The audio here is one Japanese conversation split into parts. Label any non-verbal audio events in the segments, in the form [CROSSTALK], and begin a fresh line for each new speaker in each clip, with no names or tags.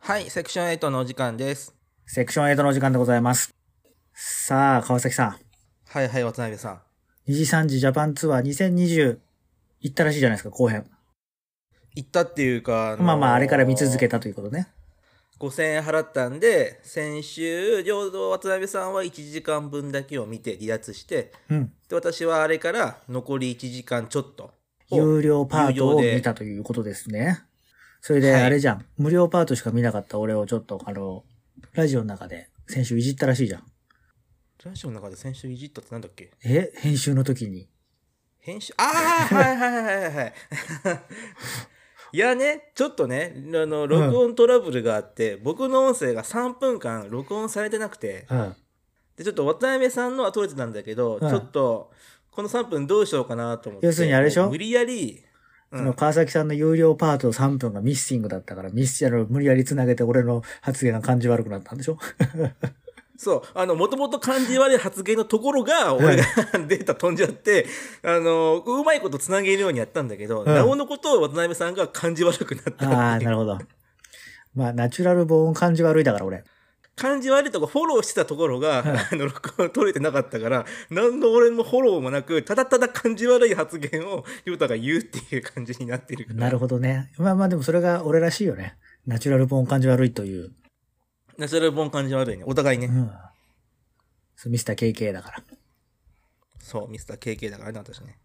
はい、セクション8のお時間です。
セクション8のお時間でございます。さあ、川崎さ
はいはい、渡辺さん。
ん。2時3時ジャパンツアー2020行ったらしいじゃないですか、後編。
行ったっていうか、の
まあまあ、あれから見続け。たということね。
5000円払ったんで、先週、領土渡辺さんは1時間分だけを見て離脱して、
うん。
で、私はあれから残り1時間ちょっとを。
有料パートを
有料で
見たということですね。それで、
はい
あれじゃん。無料パートしか見なかった俺をちょっと、あの、ラジオの中で先週いじったらしいじゃん。
ラジオの中で先週いじったってなんだっけ
え編集の時に。
編集、ああ、はいはいはいはい [LAUGHS] はい。いやね、ちょっとね、あの、録音トラブルがあって、僕の音声が3分間録音されてなくて、
うん。
で、ちょっと渡辺さんのは取れてたんだけど、
うん
ちょっと、この3分どうしようかなと思って。
要するにあれでしょ
もう無理やり、う
あ
ん
の、川崎さんの有料パート3分がミッシングだったから、ミッシあの、無理やり繋げて俺の発言が感じ悪くなったんでしょ
そう、あの、もともと感じ悪い発言のところが、俺が [LAUGHS] データ飛んじゃって、あの、うまいことつなげるようにやったんだけど、
ん
なおのことを渡辺さんが感じ悪くなったっ
あ
[LAUGHS]
あ、
てい
な
う。
るほど。まあ、ナチュラルボーン感じ悪いだから俺。
感じ悪いとかフォローしてたところが、あの、録音取れてなかったから、何の俺のフォローもなく、ただただ感じ悪い発言を、ゆうたが言うっていう感じになってるから。
なるほどね。まあまあ、でもそれが俺らしいよね。ナチュラルボーン感じ悪いという。
ナチュラルボーン感じ悪いね。お互いね。
うん。そうミスター KK だから。 [LAUGHS]
そう、ミスター KK だからね、私ね。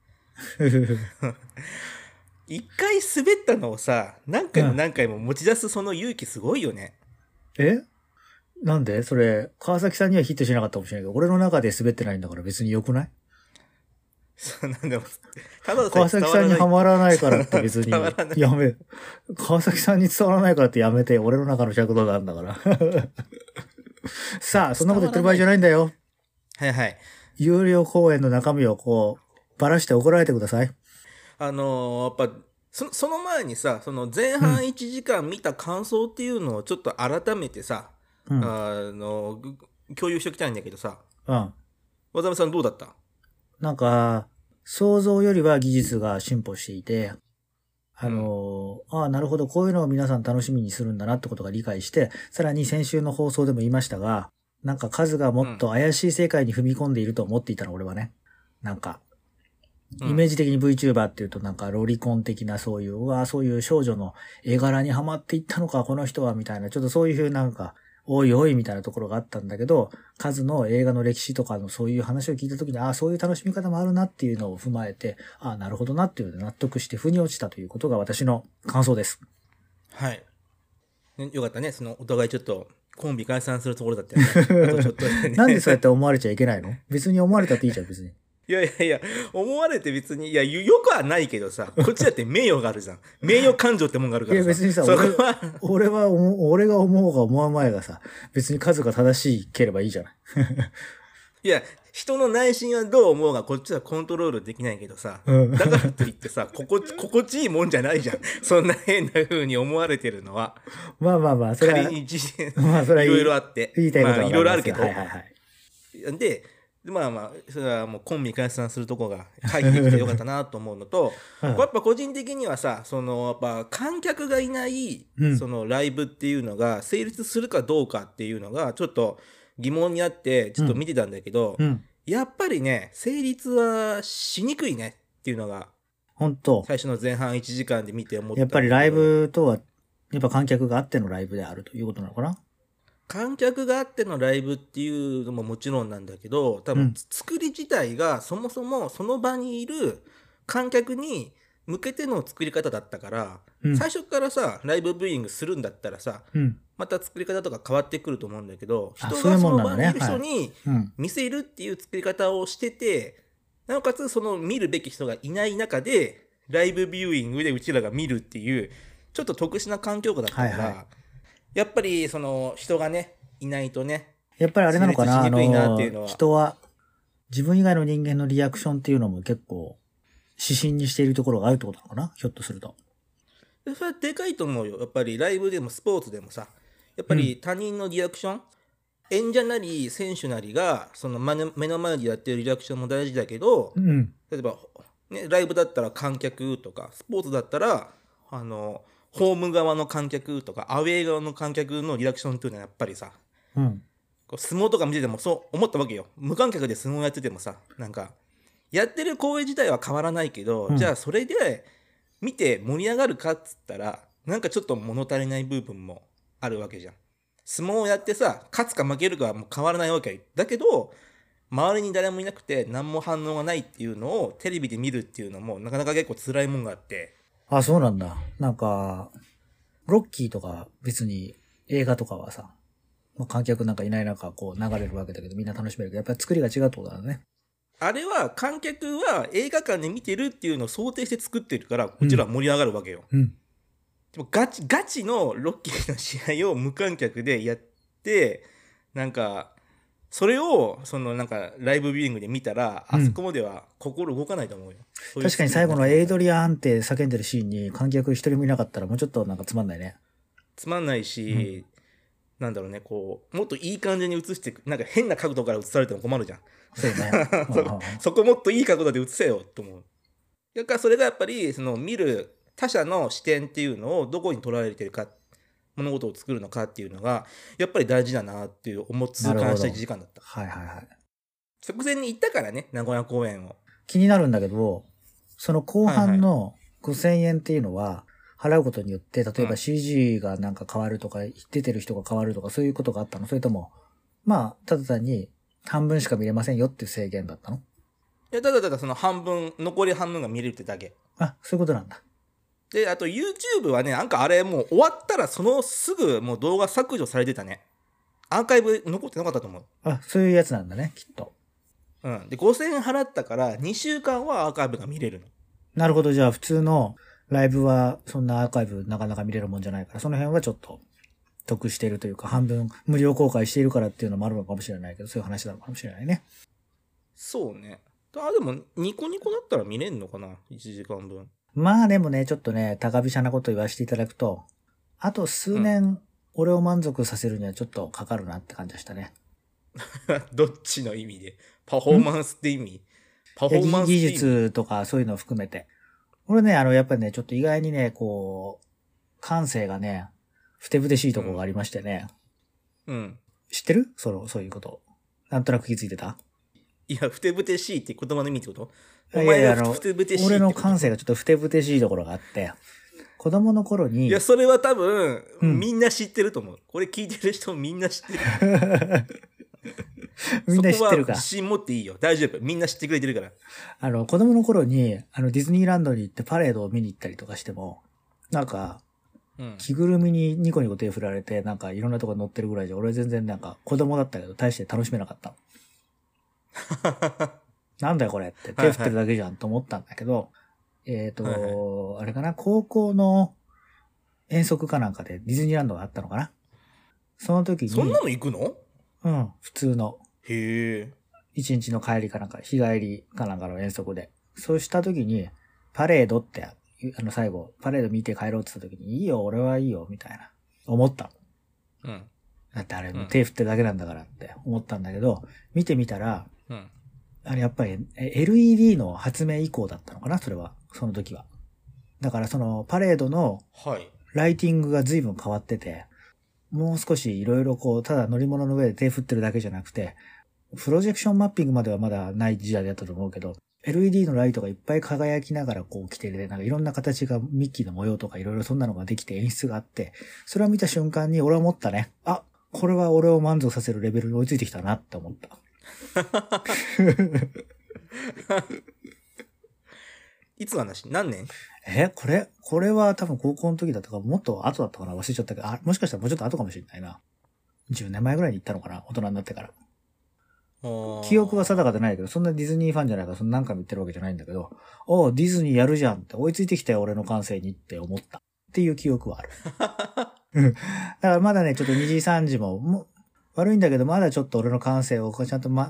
一回滑ったのをさ、何回も
うん
何回も持ち出すその勇気すごいよね。 [LAUGHS]
えなんでそれ、川崎さんにはヒットしなかったかもしれないけど、俺の中で滑ってないんだから別に良くない
そうなんだもんただでさえ
川崎さんに
伝
は
わらない
まらないからって別に
伝わらな、
やめ、川崎さんに伝わらないからってやめて、俺の中の尺度があるんだ
[LAUGHS]
から。さあ、そんなこと言ってる場合じゃないんだよ。
はいはい。
有料公演の中身をこう、ばらして怒られてください。
あのーやっぱ、そその前にさ、その前半1時間見た感想っていうのをちょっと改めてさ、
うん。うん。
あのーぐ共有しておきたいんだけどさ、渡辺さんどうだった
なんか、想像よりは技術が進歩していて、あのーああ、なるほど、こういうのを皆さん楽しみにするんだなってことが理解して、さらに先週の放送でも言いましたが、なんか数がもっと怪しい世界に踏み込んでいると思っていたの、俺はね。なんか、
うん
イメージ的に VTuber っていうとなんかロリコン的なそういう、うわーそういう少女の絵柄にはまっていったのか、この人は、みたいな、ちょっとそういうなんか、おいおいみたいなところがあったんだけど、数の映画の歴史とかのそういう話を聞いたときに、ああ、そういう楽しみ方もあるなっていうのを踏まえて、ああ、なるほどなっていうので納得して腑に落ちたということが私の感想
[LAUGHS]
です。
はい、ね。よかったね。その、お互いちょっと、コンビ解散するところだったよね。あとちょっとね
[LAUGHS] なんでそうやって思われちゃいけないの別に思われたっていいじゃ
[LAUGHS]
ん、別に。
いやいやいや、思われて別に、いや、よよくはないけど
[LAUGHS]
さ、こっちだって名誉があるじゃん。名誉感情ってもんがあるからさ。
いや別にさ
そこは、
俺は思う、俺が思おうが思わまいがさ、別に数が正しければいいじゃない。
[LAUGHS] いや、人の内心はどう思うが、こっちはコントロールできないけどさ、
うん
だからといってさ、心地、心地いいもんじゃないじゃん。 [LAUGHS] そんな変な風に思われてるのは。
まあまあまあ、それ
仮
は、
に一時点、
まあそれはいい
ろいろあって。
言いたいこと
まあ
はわかます
いろ
よ、
いろあるけど。
はいはいはい。
で、まあまあ、それはもうコンビ解散するとこが入ってきてよかったなと思うのと、
うん
やっぱ個人的にはさ、そのやっぱ観客がいない、
うん
そのライブっていうのが成立するかどうかっていうのがちょっと疑問にあって、ちょっと見てたんだけど、
うん。
やっぱりね、成立はしにくいねっていうのが
本当
最初の前半1時間で見て思った。
やっぱりライブとは、やっぱ観客があってのライブであるということなのかな
観客があってのライブっていうのももちろんなんだけど多
う
分
ん
作り自体がそもそもその場にいる観客に向けての作り方だったから、
うん
最初からさライブブーイングするんだったらさ
うん。
また作り方とか変わってくると思うんだけど人
あ
が
そういう
そ
も
の
ん
場
なんだ
に
ね
いる人に
うん。
見せるっていう作り方をしててなおかつその見るべき人がいない中でライブビューイングでうちらが見るっていうちょっと特殊な環境下だったから、
はいは
やっぱりその人がねいないとね
やっぱりあれなのかな
成
あ
立しにくいなっていうのは
の、人は、自分以外の人間のリアクションっていうのも結構、指針にしているところがあるってことなのかなひょっとすると。
それはでかいと思うよやっぱりライブでもスポーツでもさやっぱり他人のリアクション、演者なり選手なりがそのまね目の前でやってるリアクションも大事だけど、
うん。
例えば、ね、ライブだったら観客とかスポーツだったらあのホーム側の観客とかアウェー側の観客のリアクションっていうのはやっぱりさ
うん。
こう相撲とか見ててもそう思ったわけよ無観客で相撲やっててもさなんかやってる行為自体は変わらないけど、
うん
じゃあそれで見て盛り上がるかっつったらなんかちょっと物足りない部分もあるわけじゃん相撲をやってさ勝つか負けるかはもう変わらないわけだけど周りに誰もいなくて何も反応がないっていうのをテレビで見るっていうのもなかなか結構辛いもんがあって
あ、そうなんだ。なんか、ロッキーとか別に映画とかはさ、まあ、観客なんかいない中こう流れるわけだけどみんな楽しめるけど、やっぱり作りが違うってことだね。
あれは観客は映画館で見てるっていうのを想定して作ってるからこちらは盛り上がるわけよ、
うん。
でもガチ、ガチのロッキーの試合を無観客でやって、なんか、それを、そのなんか、ライブビューイングで見たら、
うん
あそこまでは心動かないと思うよ。そういう
確かに最後のエイドリアンって叫んでるシーンに観客一人もいなかったらもうちょっとなんかつまんないね。
つまんないし、なんだろうね、こう、もっといい感じに映してく、なんか変な角度から映されても困るじゃん。
そうね。 [LAUGHS] うんうんうん
[LAUGHS] そこもっといい角度で映せよと思う。だからそれがやっぱりその見る他者の視点っていうのをどこに捉えてるか物事を作るのかっていうのがやっぱり大事だなっていう思う痛感した1時間だった。
はいはいはい。
直前に行ったからね名古屋公演を。
気になるんだけど、その後半の5000円っていうのは、払うことによって、例え
う
ば
ん
CG がなんか変わるとか、出てる人が変わるとか、そういうことがあったのそれとも、まあ、ただ単に半分しか見れませんよっていう制限だったの
いやただただその半分残り半分が見れるってだけ。
あ、そういうことなんだ。
であと YouTube はねなんかあれもう終わったらそのすぐもう動画削除されてたね。アーカイブ残ってなかったと思う。
あ、そういうやつなんだね、きっと。
うん、で5000円払ったから2週間はアーカイブが見れるの。
なるほど、じゃあ普通のライブは、そんなアーカイブなかなか見れるもんじゃないから、その辺はちょっと得しているというか、半分無料公開しているからっていうのもあるのかもしれないけど、そういう話なのかもしれないね。
そうね。あ、でも、ニコニコだったら見れんのかな ?1 時間分。 [LAUGHS]
まあでもね、ちょっとね、高飛車なこと言わせていただくと、あと数年、俺を満足させるにはちょっとかかるなって感じでしたね。
どっちの意味でパフォーマンスって意味パフォーマンスって
技
意味
術とかそういうのを含めて。俺ね、あの、やっぱりね、ちょっと意外にね、こう、感性がね、ふてぶてしいところがありましてね。
うん。
知ってるその、そういうこと。なんとなく気づいてた
いや、ふてぶてしいって言葉の意味ってことお
いやい
前
や
が
あの
ふてぶてしいって
俺
こと
の感性がちょっとふてぶてしいところがあって、子供の頃に、
いや、それは多分、
うん
みんな知ってると思う。これ聞いてる人みんな知ってる。
[LAUGHS] みんな知ってる
そこ
か
は自。信持っていいよ。大丈夫。みんな知ってくれてるから。
あの、子供の頃に、あの、ディズニーランドに行ってパレードを見に行ったりとかしても、なんか、
うん。
着ぐるみにニコニコ手振られて、なんかいろんなとこ乗ってるぐらいじゃ、俺全然なんか子供だったけど、大して楽しめなかった。なんだよこれって、手振ってるだけじゃんと思ったんだけど、えっ、と、
はい
あれかな、高校の遠足かなんかでディズニーランドがあったのかなその時
[LAUGHS]
に、
そんなの行くの
うん、普通の
へえ。
一日の帰りかなんか、日帰りかなんかの遠足で。そうした時に、パレードって、あの最後、パレード見て帰ろうって言った時に、いいよ、俺はいいよ、みたいな、思った。
うん。
だってあれ、
うん
手振ってるだけなんだからって思ったんだけど、見てみたら、
うん。
あれやっぱりえ LED の発明以降だったのかな、それは。その時は。だからそのパレードの
はい。
ライティングが随分変わってて、もう少しいろいろこう、ただ乗り物の上で手振ってるだけじゃなくて、プロジェクションマッピングまではまだない時代だったと思うけど、LED のライトがいっぱい輝きながらこう来てるなんかいろんな形がミッキーの模様とかいろいろそんなのができて演出があって、それを見た瞬間に俺は思ったね。あ、これは俺を満足させるレベルに追いついてきたなって思った。
いつの話何年
え、これこれは多分高校の時だったか、もっと後だったかな忘れちゃったけど、あ、もしかしたらもうちょっと後かもしれないな。10年前ぐらいに行ったのかな大人になってから。記憶は
さ
定かでないけど、そんなディズニーファンじゃないから、そんな何回も言ってるわけじゃないんだけど、おうディズニーやるじゃんって、追いついてきたよ、俺の感性にって思った。っていう記憶はあ
[LAUGHS]
る。うんだからまだね、ちょっと2時3時も、もう悪いんだけど、まだちょっと俺の感性をこうちゃんとま、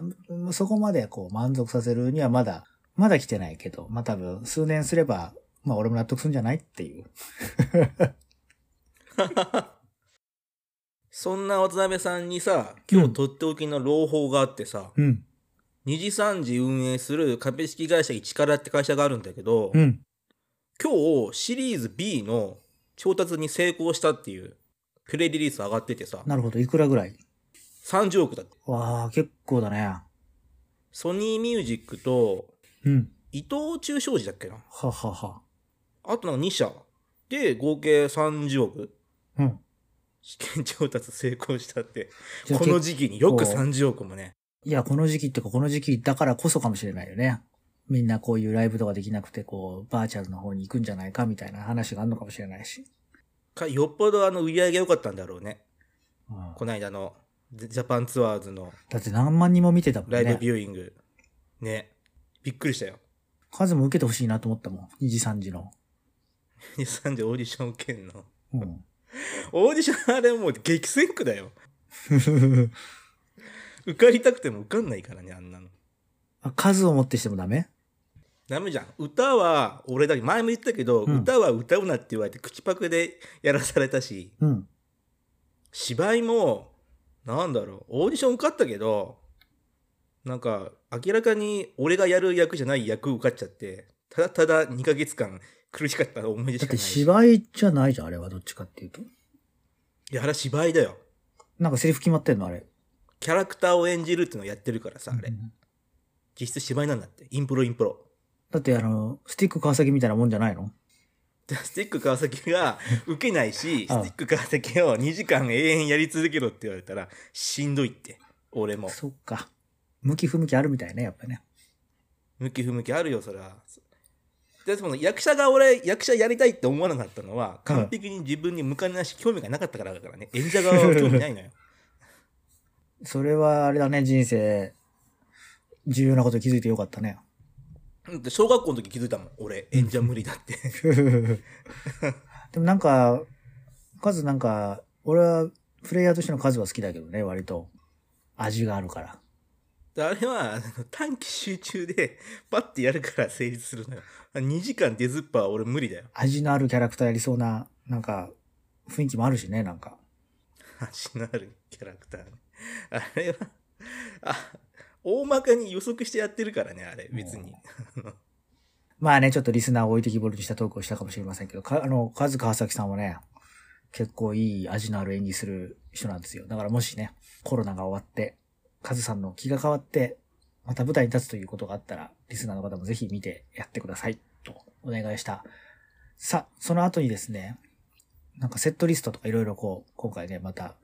そこまでこう満足させるにはまだ、まだ来てないけど、まあ多分数年すれば、まあ俺も納得するんじゃないっていう。
そんな渡辺さんにさ、今日とっておきの朗報があってさ、
うん。
2時3時運営する株式会社一からって会社があるんだけど、
うん。
今日シリーズ B の調達に成功したっていう、プレリリース上がっててさ、
なるほど。いくらぐらい
30億だって。
わあ、結構だね。
ソニーミュージックと、
うん。
伊藤忠商事だっけな
ははは。
あとなんか2社。で、合計30億。
うん。
試験調達成功したって。
じゃあ
この時期によく30億もね。
いや、この時期っていうか、この時期だからこそかもしれないよね。みんなこういうライブとかできなくて、こう、バーチャルの方に行くんじゃないかみたいな話があるのかもしれないし。
かよっぽどあの売り上げ良かったんだろうね。
うん
この間のジジャパンツアーズの
だって何万人も見てたもん
ライブ
ね。
ビューイング。ね。びっくりしたよ。 [LAUGHS]
数も受けてほしいなと思ったもん。2時3時の。
日産でオーディション受けんの。
うん。
オーディションあれもう激戦区だよ。受かりたくても受かんないからね、あんなの。
[LAUGHS] あ数をもってしてもダメ
ダメじゃん。歌は、俺だけ、前も言ったけど、
うん
歌は歌うなって言われて口パクでやらされたし、
うん。
芝居も、なんだろう、オーディション受かったけど、なんか、明らかに俺がやる役じゃない役受かっちゃって、ただただ2ヶ月間苦しかった思い出し
だっ
かな
て
いし。
芝居じゃないじゃん、あれは。どっちかっていうと。
いや、あれは芝居だよ。
なんかセリフ決まってんの、あれ。
キャラクターを演じるってのをやってるからさ、あれ。
うん
実質芝居なんだって。インプロインプロ。 [LAUGHS]
だってあの、スティック川崎みたいなもんじゃないの
でスティック川崎
[LAUGHS]
が受けないし、ステ
ああ
ィック川崎を2時間永遠やり続けろって言われたら、しんどいって。俺も。
そっか。向き不向きあるみたいね、やっぱね。
向き不向きあるよ、それは。で、その役者が俺、役者やりたいって思わなかったのは、完璧に自分に向かないし、興味がなかったからだからね。演者側は興味
[LAUGHS]
ないのよ。
それはあれだね、人生、重要なことに気づいてよかったね。 [LAUGHS]
だって小学校の時気づいたもん、俺、演者無理だって。
でもなんか、数なんか、俺はプレイヤーとしての数は好きだけどね、割と。味があるから。
であれはあの短期集中でパッてやるから成立するのよ。2時間出ずっぱは俺無理だよ。
味のあるキャラクターやりそうな、なんか、雰囲気もあるしね、なんか。
足のあるキャラクターね。あれは、あ、大まかに予測してやってるからね、あれ、別に。
まあね、ちょっとリスナーを置いてきぼりにしたトークをしたかもしれませんけど、かあの、カズ川崎さんはね、結構いい味のある演技する人なんですよ。だからもしね、コロナが終わって、カズさんの気が変わって、また舞台に立つということがあったら、リスナーの方もぜひ見てやってください、とお願いした。さ、その後にですね、なんかセットリストとかいろいろこう、今回ね、また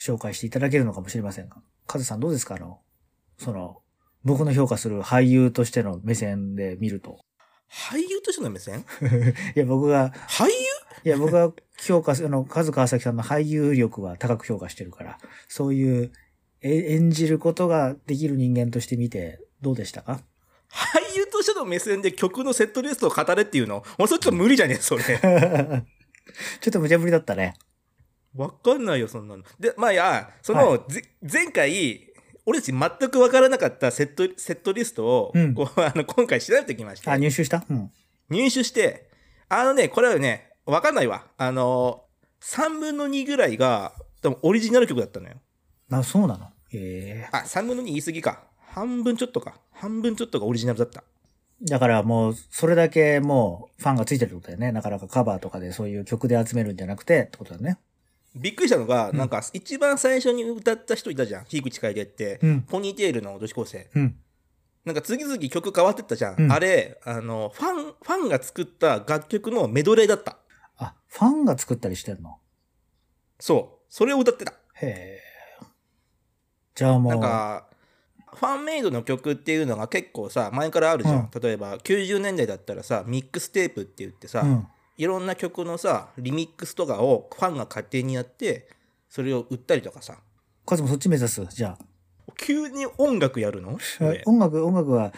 紹介していただけるのかもしれませんが、カズさんどうですかあの、その、僕の評価する俳優としての目線で見ると。
俳優としての目線
いや、僕が、
俳優
いや、僕が評価す、あの、カズ川崎さんの俳優力は高く評価してるから、そういう、え演じることができる人間として見て、どうでしたか [LAUGHS]
俳優としての目線で曲のセットリストを語れっていうの俺それちょっと無理じゃねえ、それ。
ちょっと無茶ぶりだったね。
わかんないよ、そんなの。で、まあ、いや、そ
は
の、ぜ前回、俺たち全くわからなかったセット、セットリストを、
うん
こうあの今回調べてきました
あ、。入手したうん。
入手して、あのね、これはね、わかんないわ。あのー、3分の2ぐらいが、多分オリジナル曲だったのよ。
あ、そうなのええ
あ、3分の2言い過ぎか。半分ちょっとか。半分ちょっとがオリジナルだった。
だからもう、それだけもう、ファンがついてるってことだよね。なかなかカバーとかでそういう曲で集めるんじゃなくて、ってことだね。
びっくりしたのが、なんか、一番最初に歌った人いたじゃん。樋口楓って、
うん
ポニーテールの女子高生。
うん。
なんか次々曲変わってったじゃん。
うん
あれ、あの、ファン、ファンが作った楽曲のメドレーだった。
あ、ファンが作ったりしてんの
そう。それを歌ってた。
へえ。じゃあもう、
なんか、ファンメイドの曲っていうのが結構さ、前からあるじゃん。例えば、90年代だったらさ、ミックステープって言ってさ、
うん。
いろんな曲のさ、リミックスとかをファンが勝手にやって、それを売ったりとかさ。
カズもそっち目指すじゃあ。
急に音楽やるの
え
俺
音楽、音楽は、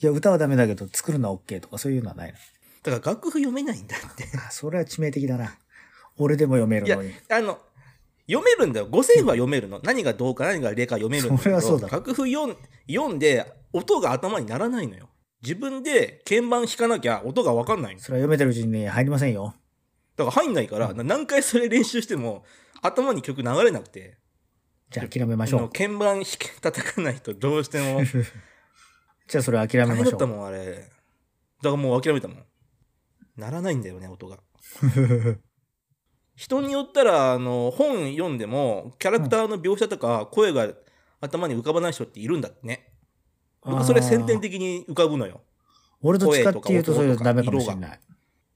いや、歌はダメだけど、作るのは OK とか、そういうのはないの。
だから楽譜読めないんだって。 [LAUGHS]
あ、それは致命的だな。俺でも読める
いや
のに。、
あの、読めるんだよ。五線譜は読めるの。何がどうか何が例か読めるんだ
そ
け
れ
ど、
はそうだ
楽譜読ん読んで、音が頭にならないのよ。自分で鍵盤弾かなきゃ音が分かんないの。
それは読めてるうちに入りませんよ。
だから入んないから、な何回それ練習しても、頭に曲流れなくて、
じゃあ諦めまし
あの
ょ
鍵盤弾け叩かないとどうしても
[LAUGHS] う。。じゃあそれは諦
大
め
変
ま
だ
しょ
った
う。
もん、あ
[LAUGHS]
れ。だからもう諦めたもん。ならないんだよね、音が。人によったらあの本読んでもキャラクターの描写とか声が頭に浮かばない人っているんだってね、僕それ先天
的。
的に浮かぶのよ
俺どっちかっていうと、それダメかもし
声
れ
と
ない。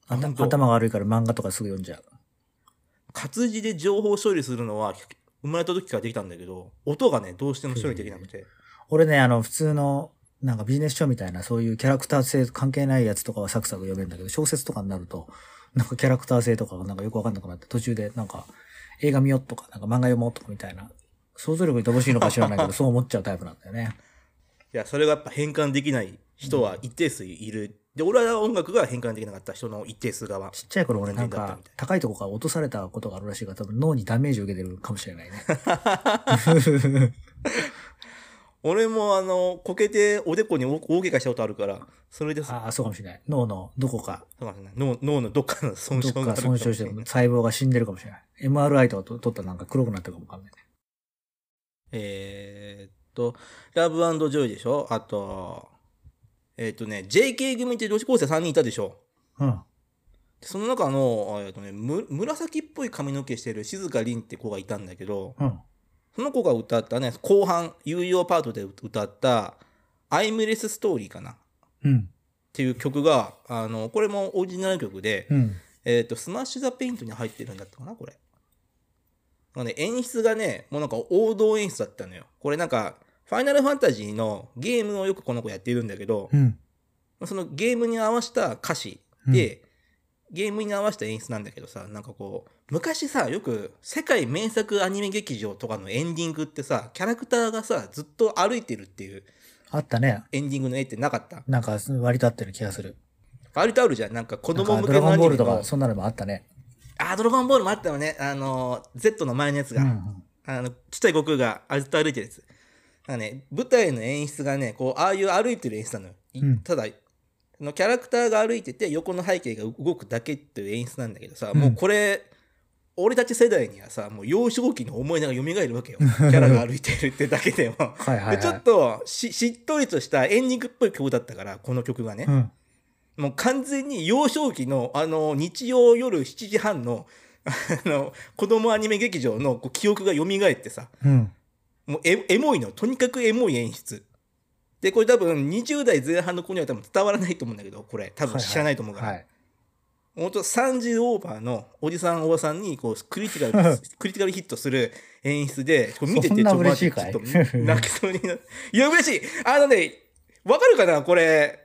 か音とか
頭
色が
頭が悪いから漫画とかすぐ読んじゃう。
活字で情報処理するのは生まれた時からできたんだけど音がねどうしても処理できなくて、
俺ね、あの、普通の、なんかビジネス書みたいな、そういうキャラクター性関係ないやつとかはサクサク読めるんだけど、小説とかになると、なんかキャラクター性とかがなんかよくわかんなくなって、途中でなんか映画見よっとか、なんか漫画読もうとかみたいな、想像力に乏しいのか知らないけど、そう思っちゃうタイプなんだよね。
いやそれがやっぱ変換できない人は一定数いる、で俺は音楽が変換できなかった人の一定数側
ちっちゃい頃俺なん
人間だった
か
みたい、
高いとこから落とされたことがあるらしいから、多分脳にダメージを受けてるかもしれないね。
俺もあのこけておでこに大大怪我したことあるからそれです
ああ、そうかもしれない。脳のどこか、
そうかもしれない脳脳のどっかの損
ど
傷
っ
があ
か
る
損傷して
かも
る
れない
細胞が死んでるかもしれない。MRI とか取ったらなんか黒くなってるかもわかんないね。
えーっとラブジョイでしょあとえーっとね JK 組って女子高生3人いたでしょ
うん。
その中の、えーっとね、む紫っぽい髪の毛してる静香凛って子がいたんだけど
うん。
その子が歌ったね後半有用パートで歌った「アイムレスストーリー」かなっ
うん。
ていう曲があのこれもオリジナル曲で、
うん。
えっ、と、スマッシュ・ザ・ペイントに入ってるんだったかな、これ。なんかね、演出がね、もうなんか王道演出だったのよ。これなんか、ファイナルファンタジーのゲームをよくこの子やっているんだけど、
うん。
そのゲームに合わせた歌詞で、ゲームに合わせた演出なんだけどさ、なんかこう、昔さ、よく世界名作アニメ劇場とかのエンディングってさ、キャラクターがさ、ずっと歩いてるっていう
あったね。
エンディングの絵ってなかった
なんか割と合ってる気がする。
割とあるじゃん。なんか子
なん
供
か
向
ド
け
ラ
の
ゴ
ア
ンボ
ニ
ー
メ
ルとか
の。
そんなのもあったね。
あ、ドラゴンボールもあったよね。あの、Z の前のやつ
う
が。
ん。
あの、ちっちゃい悟空があずっと歩いてるやつ。なんかね、舞台の演出がね、こう、ああいう歩いてる演出なのよ。い
うん
ただ、あのキャラクターが歩いてて、横の背景が動くだけっていう演出なんだけどさ、
うん
もうこれ、俺たち世代にはさ、もう幼少期の思い出が蘇るわけよ。キャラが歩いてるってだけでも。
[LAUGHS] はいはい、はい。
でちょっとししっとりとしたエンディングっぽい曲だったからこの曲がね、
うん。
もう完全に幼少期のあの日曜夜7時半のあの子供アニメ劇場のこう記憶が蘇ってさ
うん。
もうエエモいのとにかくエモい演出でこれ多分20代前半の子には多分伝わらないと思うんだけどこれ多分知らないと思うから、
はい。
本当30オーバーのおじさんおばさんにこうクリティカ
[LAUGHS]
ルクリティカルヒットする演出でこう見て
そ
てち
んな
ょっと
嬉し
待
い
って
かい
ちょっ
[LAUGHS]
と泣きそうになるいや嬉しいあのねわかるかなこれ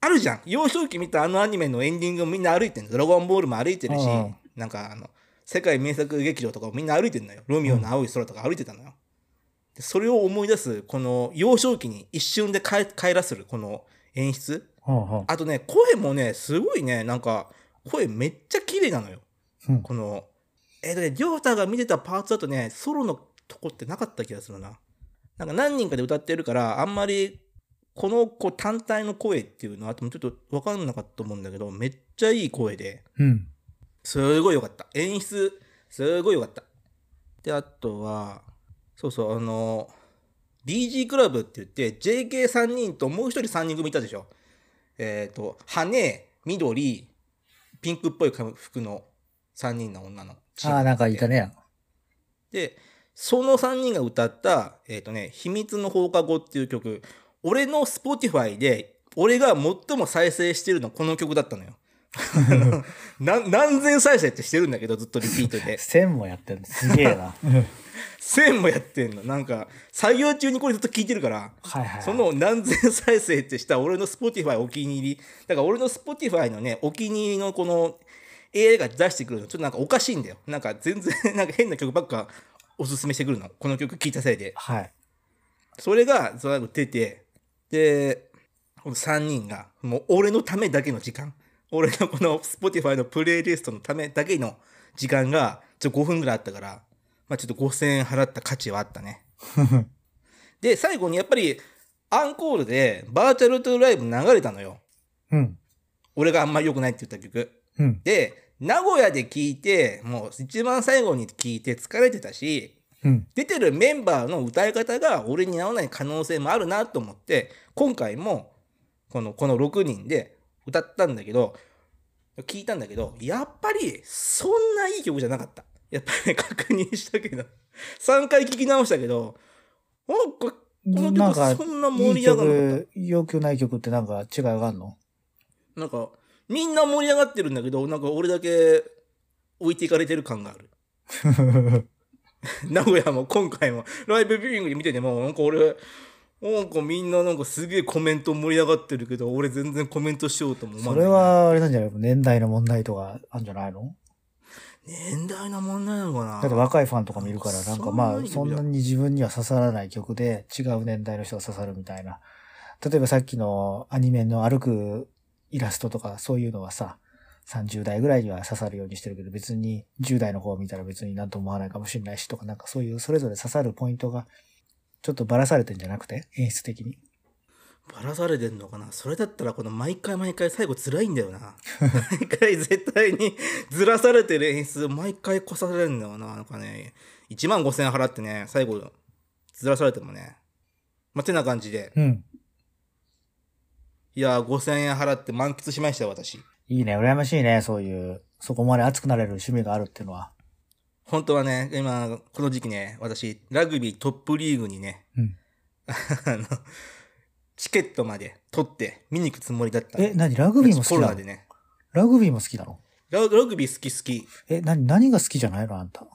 あるじゃん幼少期見たあのアニメのエンディングもみんな歩いてるドラゴンボールも歩いてるし
うん
なんかあの世界名作劇場とかもみんな歩いてるのよロミオの青い空とか歩いてたのよでそれを思い出すこの幼少期に一瞬で帰帰らせるこの演出
ほうほ
あとね、声もね、すごいね、なんか、声めっちゃ綺麗なのよ。
う。うん。
この、えっ、とね、りょうたが見てたパーツだとね、ソロのとこってなかった気がするな。なんか何人かで歌ってるから、あんまり、この子単体の声っていうのは、あとちょっとわかんなかったと思うんだけど、めっちゃいい声で、
うん。
すごい良かった。演出、すごい良かった。で、あとは、そうそう、あの、DG クラブって言って、JK3 人ともう一人3人組いたでしょ。えっ、と、羽、緑、ピンクっぽい髪服の3人の女のチー
あ
ム
あ、なんかいたね。
で、その3人が歌った、えっ、とね、秘密の放課後っていう曲、俺の Spotify で、俺が最も再生してるのこの曲だったのよ。 [LAUGHS] あのな何千再生ってしてるんだけど、ずっとリピート
[LAUGHS]
で。
線もやってるすげえ
[LAUGHS]
な。
1000もやってんの。なんか、作業中にこれずっと聴いてるから、
はいはい。
そ、の何千再生ってした俺の Spotify お気に入り。だから俺の Spotify のね、お気に入りのこの AI が出してくるの、ちょっとなんかおかしいんだよ。なんか全然、なんか変な曲ばっかおすすめしてくるの。この曲聴いたせいで。
はい。
それが、その出て、で、この3人が、もう俺のためだけの時間。俺のこの Spotify のプレイリストのためだけの時間が、ちょ、5分ぐらいあったから、まあちょっと5000円払った価値はあったね。で、最後にやっぱり、アンコールで、バーチャルトゥーライブ流れたのよ。
うん。
俺があんまり良くないって言った曲。
うん。
で、名古屋で聞いて、もう一番最後に聞いて疲れてたし、
うん。
出てるメンバーの歌い方が俺に合わない可能性もあるなと思って今回もこのこの6人で歌ったんだけど聞いたんだけど、やっぱり、そんないい曲じゃなかった。やっぱりね、確認したけど、3回聞き直したけど、おここの
なんか
曲そんない盛
い
り上がらなかった。
曲、良くない曲ってなんか違いがあ
[LAUGHS]
るの
なんか、みんな盛り上がってるんだけど、なんか俺だけ置いていかれてる感がある。 [LAUGHS] 名古屋も今回も、ライブビューイングで見てても、なんか俺、なんかみんななんかすげえコメント盛り上がってるけど、俺全然コメントしようとも思
そ
わない。
れは、あれなんじゃない年代の問題とかあるんじゃないの
年代の問題なのかな
だって若いファンとかもいるから、
そ
なんん
な
かまあ、
に
そんなに自分には刺さらない曲で、違う年代の人が刺さるみたいな。例えばさっきのアニメの歩くイラストとか、そういうのはさ、30代ぐらいには刺さるようにしてるけど、別に10代の方を見たら別になんとも思わないかもしれないしとか、なんかそういうそれぞれ刺さるポイントが、ちょっとばらされてんじゃなくて、演出的に。
バラされてんのかなそれだったらこの毎回毎回最後辛いんだよな [LAUGHS] 毎回絶対にずらされてる演出毎回こされるんだよななんかね1万5000円払ってね最後ずらされてもねまあてな感じで
うん。
いやー5000円払って満喫しましたよ私
いいね、羨ましいね、そういう、そこまで熱くなれる趣味があるっていうのは。
本当はね今この時期ね私ラグビートップリーグにね、
うん
あのチケットまで取って見に行くつもりだった
え、何ラグビーも好
コ
き
ロ
な
ナ
の
でね
ラグビーも好きなの
ララグビー好き好き
え、何、何が好きじゃないのあんた。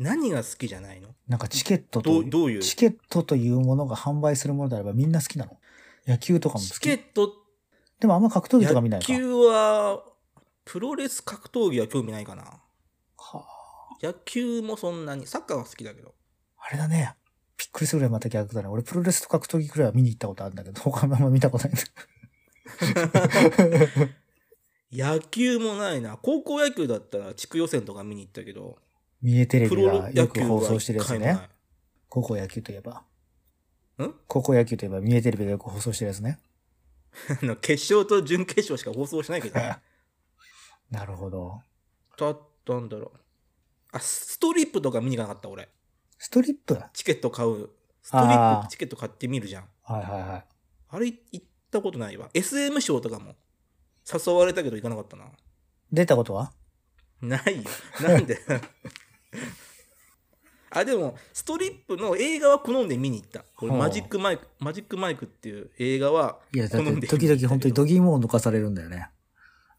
何が好きじゃないの
なんかチケットという
どどういう
チケットというものが販売するものであればみんな好きなの野球とかも好
チ
き
ケット、
でもあんま格闘技とか見な
野
いか。
球は、プロレス格闘技は興味ないかな。
は
野球もそんなに、サッカーは好きだけ
[LAUGHS]
ど。
ああれだね。びっくりするぐらいまた逆だね。俺プロレスと格闘技くらいは見に行ったことあるんだけど、他のあんま見たことないんだ。 [LAUGHS]
野球もないな。高校野球だったら地区予選とか見に行ったけど、
三重テレ
プ
ビ
ロ
が
野
よ
球
く
は
放送してるや
一
つ
回も
ね。
な
高校野球といえば。
い。ん
高校野球といえば三重テレビがよく放送してるやつね。
[LAUGHS] あの決勝と準決勝しか放送しないけどね。
[LAUGHS] なるほど。
だったんだろう。あ、ストリップとか見に行かなかった俺。
ストリップはい
チケット買う。ストリップっ
あー
てチケット買ってみるじゃん。
はいはい。
あれ行ったことないわ。SM ショーとかも誘われたけど行かなかったな。
出たことは [LAUGHS]
ないよ。なんで [LAUGHS] あ、でも、ストリップの映画は好んで見に行った。俺、
ほう
マジックマイク、マジックマイクっていう映画はい
や、だ
好
っ
んで
て時々本当に
ド
度肝を抜かされるんだよね。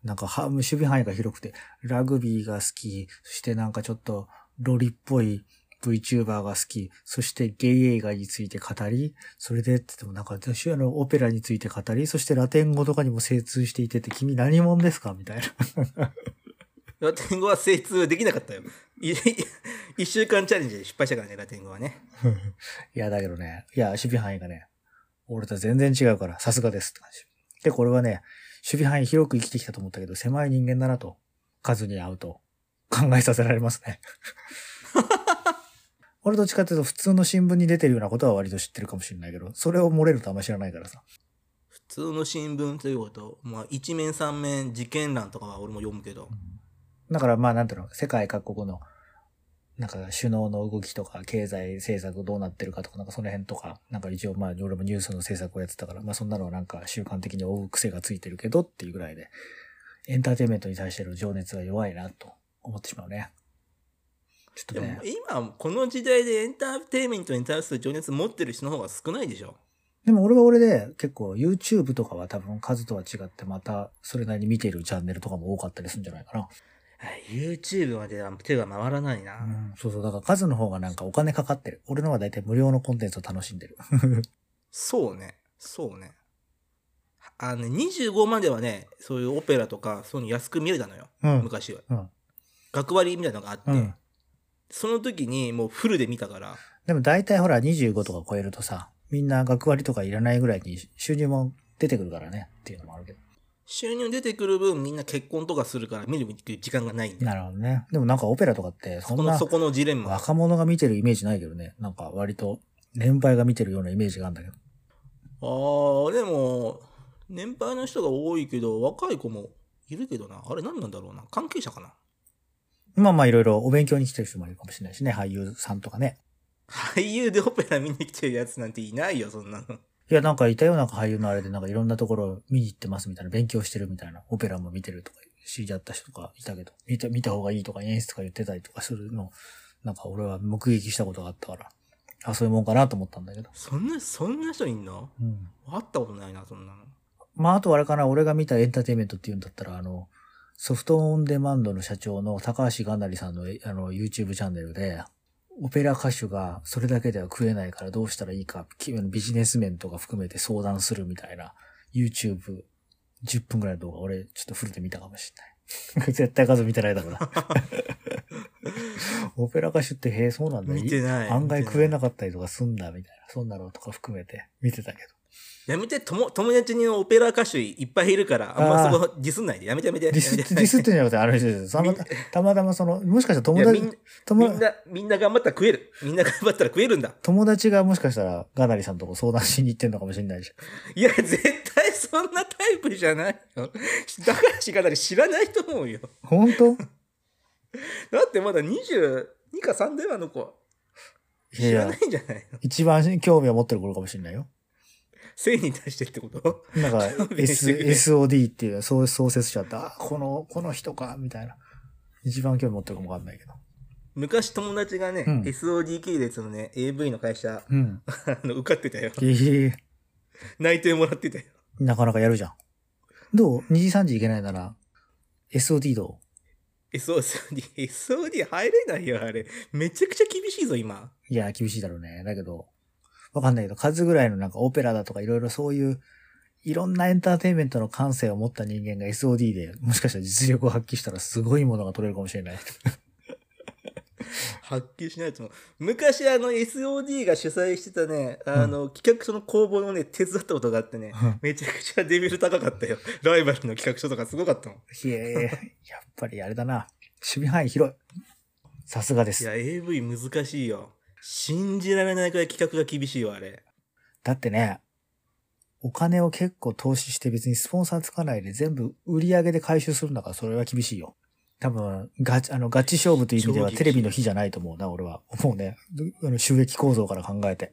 なんかは、守備範囲が広くて、ラグビーが好き、そしてなんかちょっとロリっぽい VTuber が好き、そしてゲイ映画について語り、それでって言ってもなんか、私はあのオペラについて語り、そしてラテン語とかにも精通していてて、君何者ですかみたいな。
ラテン語は精通できなかったよ。い [LAUGHS] 一週間チャレンジで失敗したからね、ラテン語はね。
いや、だけどね、いや、守備範囲がね、俺とは全然違うから、さすがですって感じ。で、これはね、守備範囲広く生きてきたと思ったけど、狭い人間だなと、数に合うと、考えさせられますね。俺どっちかっていうと、普通の新聞に出てるようなことは割と知ってるかもしれないけど、それを漏れるとあんま知らないからさ。
普通の新聞ということ、まあ、一面三面事件欄とかは俺も読むけど、
だからまあなんていうの、世界各国の、なんか首脳の動きとか、経済政策どうなってるかとか、なんかその辺とか、なんか一応まあ俺もニュースの制作をやってたから、まあそんなのはなんか習慣的に追う癖がついてるけどっていうぐらいで、エンターテインメントに対しての情熱が弱いなと思ってしまうね。ちょっと
でも
ね、
今、この時代でエンターテインメントに対する情熱持ってる人の方が少ないでしょ。
でも俺は俺で結構 YouTube とかは多分数とは違ってまたそれなりに見てるチャンネルとかも多かったりするんじゃないかな。
あ YouTube までは手が回らないな。
そうそう、だから数の方がなんかお金かかってる。俺のは大体無料のコンテンツを楽しんでる。
そうね。そうね。あのね、25まではね、そういうオペラとか、そういうの安く見れたのよ。
うん。
昔は。
うん
学割みたいなのがあって、
うん。
その時にもうフルで見たから、
でも大体ほら25とか超えるとさ、みんな学割とかいらないぐらいに収入も出てくるからねっていうのもあるけど。
収入出てくる分、みんな結婚とかするから見る時間がないんで。
なるほどね。でもなんかオペラとかってそ
こ
ん
の
な
そこのジレンマ。
若者が見てるイメージないけどね。なんか割と年配が見てるようなイメージがあるんだけど。
あー、でも、年配の人が多いけど、若い子もいるけどな。あれ何なんだろうな。関係者かな。
まあまあいろいろお勉強に来てる人もいるかもしれないしね。俳優さんとかね。
俳優でオペラ見に来てるやつなんていないよ、そんなの。
いやなんかいたような俳優のあれでなんかいろんなところ見に行ってますみたいな。勉強してるみたいな。オペラも見てるとか知り合った人とかいたけど、見た、見た方がいいとか演出とか言ってたりとかするのをなんか俺は目撃したことがあったから、あ、そういうもんかなと思ったんだけど。
そんな、そんな人いんの
うん。
会ったことないな、そんなの。
まあ、あとあれかな、俺が見たエンターテインメントっていうんだったら、あの、ソフトオンデマンドの社長の高橋がなりさんのえあの YouTube チャンネルで、オペラ歌手がそれだけでは食えないからどうしたらいいか、きビジネス面とか含めて相談するみたいな YouTube10 分くらいの動画、俺ちょっとフルで見たかもしれない。絶対数見てないだろうな。 [LAUGHS] オペラ歌手って、へえ、そうなんだ。
見てない。
案外食えな
く
かったりとかすんだ、みたいな。そんなのとか含めて見てたけど。
やめて、とも友達にオペラ歌手いっぱいいるから、あんまそこディスんないで。やめてやめて。
[LAUGHS] ディス
やめて
ディスってんじゃなくて、あの人です。たまたたまたまその、もしかしたら友
いやみんな、
達
み
友
ん
達、
な、みんな頑張ったら食える。みんな頑張ったら食えるんだ。
友達がもしかしたらガナリさんとこ相談しに行ってんのかもしれないし。
いや、絶対そんなタイプじゃないよ。 [LAUGHS] だからしかだり知らないと思うよ。
本当
だってまだ22か3だよ、あの子。
[LAUGHS] い
知ら
や
ないんじゃないの
一番興味を持ってる頃かもしれないよ。
性に対してってこと
なん
[LAUGHS]
か、
弁し
S、
てくれ
SOD っていう創創設者だった。あこの、この人か、みたいな。一番興味持ってるかもわかんないけど。
昔友達がね、
うん
SOD 系列のね、AV の会社、 [LAUGHS]
うん。
あの、受かってたよ。
ええ
内定もらってたよ。
なかなかやるじゃん。どう ?2 時3時行けないなら、SOD ど
SOD、SOD 入れないよ、あれ。めちゃくちゃ厳しいぞ、今。
ういや、厳しいだろうね。だけど、わかんないけど、数ぐらいのなんかオペラだとかいろいろそういう、いろんなエンターテインメントの感性を持った人間が SOD で、もしかしたら実力を発揮したらすごいものが取れるかもしれない。
発揮しないと思う。昔、あの、SOD が主催してたね、あの、企画書の工房のね、手伝ったことがあってね、
うん
めちゃくちゃレベル高かったよ。ライバルの企画書とかすごかったもん。
いえいえ、やっぱりあれだな。守備範囲広い。さすがで
い
す。
や、AV 難しいよ。信じられないくらい企画が厳しいよ、あれ。
だってね、お金を結構投資して別にスポンサーつかないで全部売り上げで回収するんだからそれは厳しいよ。多分、ガチ、あの、ガチ勝負という意味で
超厳
は
しい
テレビの日じゃないと思うな、俺は。もうね、あの収益構造から考えて。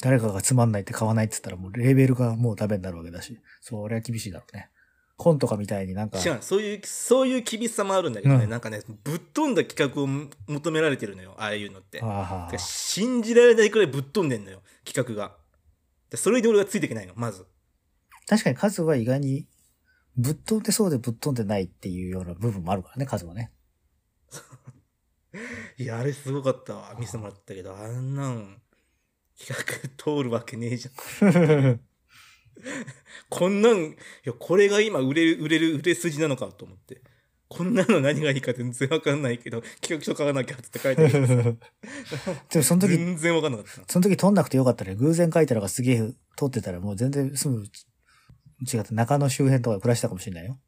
誰かがつまんないって買わないって言ったらもうレーベルがもうダメになるわけだし。それは厳しいだろうね。本とかみたいになんか、
違う、そういう、そういう厳しさもあるんだけどね、
うん
なんかね、ぶっ飛んだ企画を求められてるのよ、ああいうのって。
あ
て
あ
か、信じられないくらいぶっ飛んでんのよ、企画が。でそれで俺がついていけないの、まず。
確かに数は意外にぶっ飛んでそうでぶっ飛んでないっていうような部分もあるからね、数はね。
いや、あれすごかったわ。見せてもらったけど、あんなん、企画通るわけねえじゃん。こんなん、いや、これが今売れる、売れる、売れ筋なのかと思って。こんなの何がいいか全然わかんないけど、企画書書かなきゃって書いてある。
[LAUGHS] でもその時、
全然わかんなかった。
その時飛んなくてよかったね。偶然書いたのがすげえ通ってたらもう全然すぐ違って中野周辺とかで暮らしたかもしれないよ。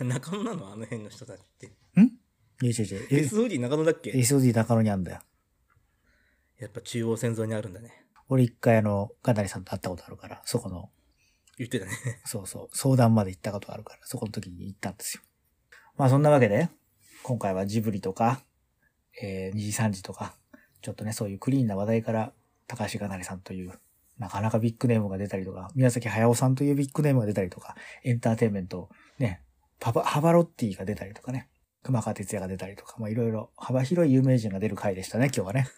中野なのあの辺の人たちって。
いや違う違う。え
SOD 中野だっけ
SOD 中野にあんだよ。
やっぱ中央線沿いにあるんだね。
俺一回あの、ガナリさんと会ったことあるから、そこの、
言ってたね。
そうそう、相談まで行ったことあるから、そこの時に行ったんですよ。まあそんなわけで、今回はジブリとか、えー、2時3時とか、ちょっとね、そういうクリーンな話題から、高橋がなりさんという、なかなかビッグネームが出たりとか、宮崎駿さんというビッグネームが出たりとか、エンターテインメント、ね、パパ、ハバロッティが出たりとかね、熊川哲也が出たりとか、まあいろいろ幅広い有名人が出る回でしたね、今日はね。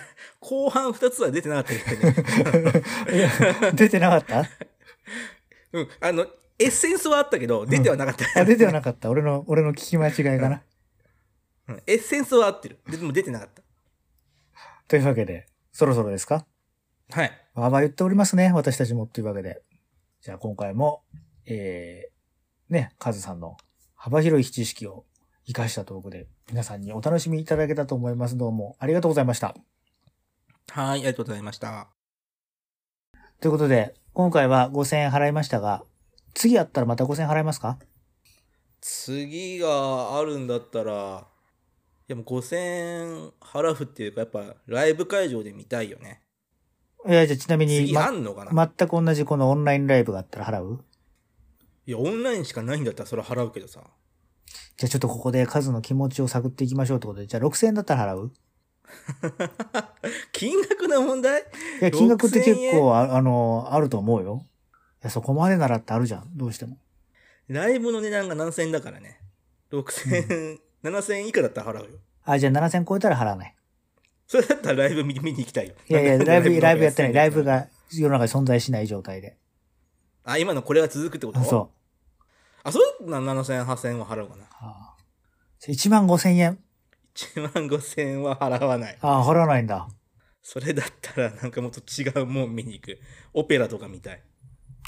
[LAUGHS]
後半2つは出てなかったけどね。
[LAUGHS] いや出てなかった
うん。あの、エッセンスはあったけど、出てはなかった。
あ出てはなかった。俺の、俺の聞き間違いかな。
[LAUGHS] うんエッセンスは合ってる。ででも出てなかっ
というわけで、そろそろですか
た。はい。
まあまあ言っておりますね、私たちもというわけで。じゃあ今回も、えー、ね、カズさんの幅広い知識を活かしたトークで皆さんにお楽しみいただけたと思います。どうもありがとうございました。
はい、ありがとうございました。
ということで、今回は5000円払いましたが、次やったらまた5000円払いますか
次があるんだったら、いやもう5000円払うっていうか、やっぱライブ会場で見たいよね。
いや、じゃあちなみに、
次あ
ま、
んのかな、
全く同じこのオンラインライブがあったら払う
いや、オンラインしかないんだったらそれ払うけどさ。 [LAUGHS]
じゃあちょっとここでカズの気持ちを探っていきましょうってことで、じゃあ6000円だったら払う
金額の問題
いや、 [LAUGHS] 金額って結
6000円
構あ、あの、あると思うよ。いや、そこまでならってあるじゃん、どうしても。
ライブの値段が7000円だからね。6000、7000円以下だったら払うよ。
あ、じゃあ7000超えたら払わない。
それだったらライブ見見に行きたいよ。
いやい
[LAUGHS]
[LAUGHS] や、
なん
ライ
で
ブ、ライブやってない。ライブ
が。
が世の中に存在しない状態で。
あ、今のこれが続くってこと
あそう。
あ、それな7000円、8000円は払うかな。
ああ1万5千円。
1万5000円は払わない。
ああ、払わないんだ。
それだったらなんかもっと違うもん見に行く。オペラとか見たい。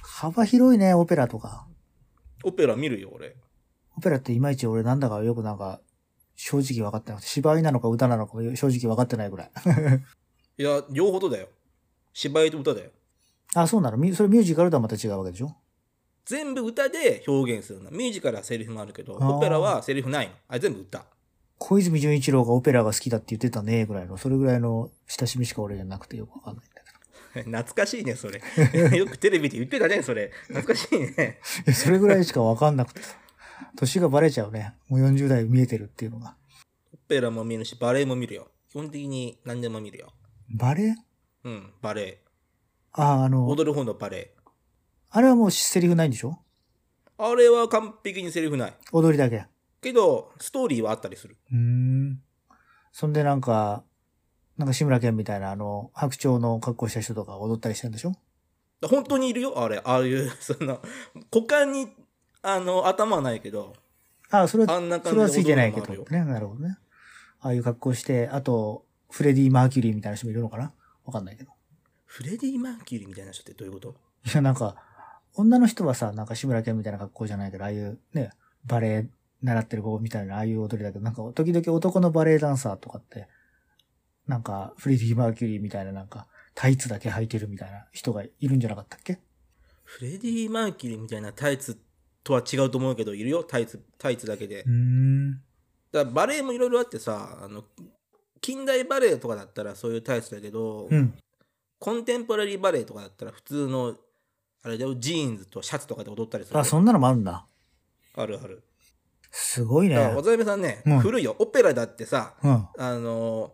幅広いね、オペラとか。
オペラ見るよ、俺。
オペラっていまいち俺なんだかよくなんか、正直分かってなくて、芝居なのか歌なのか正直分かってないぐらい。
いや、両方とだよ。芝居と歌だよ。
あ、そうなのミュそれミュージカルとはまた違うわけでしょ
全部歌で表現するの。ミュージカルはセリフもあるけど、
あー
オペラはセリフないの。あれ全部歌。 [LAUGHS]
小泉純一郎がオペラが好きだって言ってたね、ぐらいの、それぐらいの親しみしか俺じゃなくてよく分かんないんだけ
懐かしいね、それ。 [LAUGHS] よくテレビで言ってたね、それ。懐かしいね。
ど。いやそれぐらいしか分かんなくてさ。年がバレちゃうね。もう40代見えてるっていうのが。
オペラも見るし、バレエも見るよ。基本的に何でも見るよ。
バレエ
うん、バレエ。
ああ、あの、
踊る方のバレエ。
あれはもうセリフないんでしょ
あれは完璧にセリフない。
踊りだけ。
けど、ストーリーはあったりする。
うーん。そんでなんか、なんか志村けんみたいなあの、白鳥の格好した人とか踊ったりしたんでしょ
本当にいるよ、あれ。ああいう、 [LAUGHS] その、股間に、あの、頭はないけど、
ああ、それ
あ
は、
んな
それは
感
つ
じ
い
で
てな
踊
い
るの
け
もあ
ど
るよ。。
ね、なるほどね。ああいう格好して、あと、フレディ・マーキュリーみたいな人もいるのかなわかんないけど。
フレディ・マーキュリーみたいな人ってどういうこと
いや、なんか、女の人はさ、なんか志村けんみたいな格好じゃないけど、ああいうね、バレエ習ってる子みたいな、ああいう踊りだけど、なんか、時々男のバレエダンサーとかって、なんか、フレディ・マーキュリーみたいな、なんか、タイツだけ履いてるみたいな人がいるんじゃなかったっけ
フレディ・マーキュリーみたいなタイツとは違うと思うけど、いるよ、タイツ、タイツだけで
う。ん。
だからバレエもいろいろあってさ、あの、近代バレエとかだったらそういうタイツだけど、
うん。
コンテンポラリーバレエとかだったら普通の、あれだよ、ジーンズとシャツとかで踊ったりするよ。
あ、そんなのもあるんだ。
あるある。
すごいね
だ。から、渡辺さんね、
うん
古いよ、オペラだってさ、
うん。
あの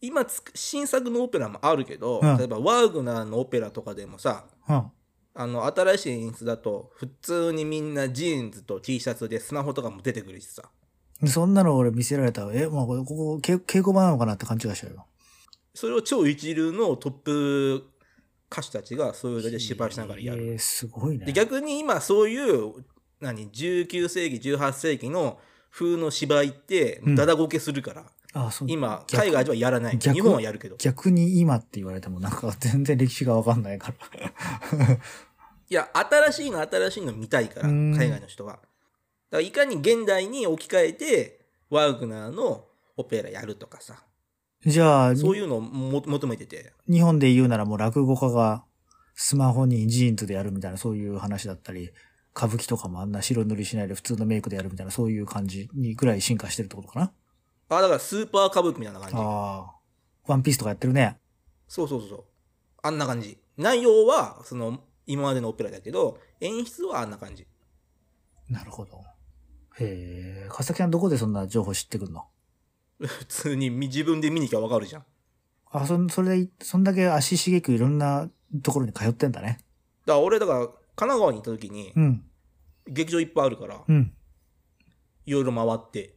今つく新作のオペラもあるけど、
うん
例えばワーグナーのオペラとかでもさ
うん。
あの新しい演出だと普通にみんなジーンズと T シャツでスマホとかも出てくるしさ
そんなの俺見せられたら、え、もうこれ、ここ、稽稽古場なのかなって勘違いしちゃうよ。
それを超一流のトップ歌手たちがそういうので芝居しながらやる。
えー、すごいね
で。逆に今そういう何19世紀18世紀の風の芝居って
うん
ダダゴケするから、
あ、そう。
今
逆
海外ではやらない
逆
日本はやるけど
逆に今って言われてもなんか [LAUGHS] 全然歴史がわかんないから。 [LAUGHS]
いや、新しいの新しいの見たいから、
うん
海外の人は。だからいかに現代に置き換えて、ワーグナーのオペラやるとかさ、
じゃあ、に
そういうのをも求めてて、
日本で言うならもう落語家がスマホにジーンズでやるみたいなそういう話だったり、歌舞伎とかもあんな白塗りしないで普通のメイクでやるみたいなそういう感じにぐらい進化してるってことかな。
あ、だからスーパー歌舞伎みたいな感じ。
ああ。ワンピースとかやってるね。
そうそうそうそう。あんな感じ。内容は、その、今までのオペラだけど、演出はあんな感じ。
なるほど。へえ。川崎さんどこでそんな情報知ってくんの
普通にみ自分で見に行きゃわかるじゃん。
あ、そん、それで、そんだけ足しげくいろんなところに通ってんだね。
だから俺、だから、神奈川に行った時に
う、ん。
劇場いっぱいあるから、
うん。
いろいろ回って、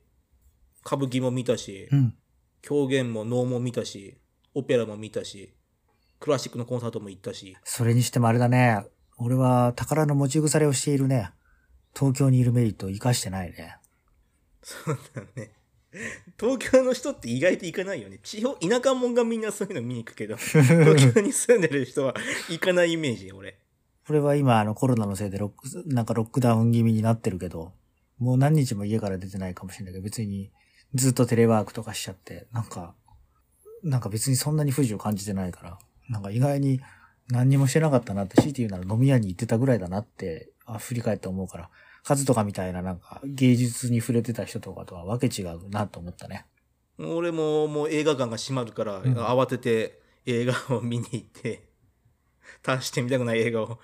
歌舞伎も見たし、
うん。
狂言も能も見たしオペラも見たしクラシックのコンサートも行ったし [LAUGHS]
それにしてもあれだね。俺は宝の持ち腐れをしているね。東京にいるメリットを生かしてないね。
そうだね東京の人って意外と行かないよね地方田舎者がみんなそういうの見に行くけ
[LAUGHS]
ど東京に住んでる人は [LAUGHS] 行かないイメージ俺
俺は今あのコロナのせいでロック、なんかロックダウン気味になってるけど、もう何日も家から出てないかもしれないけど、別にずっとテレワークとかしちゃって、なんか、なんか別にそんなに不自由感じてないから、なんか意外に何にもしてなかったなって、強いて言うなら飲み屋に行ってたぐらいだなって、あ振り返って思うから、数とかみたいななんか芸術に触れてた人とかとはわけ違うなと思ったね。
俺ももう映画館が閉まるから、
ん
慌てて映画を見に行って達してみたくない映画を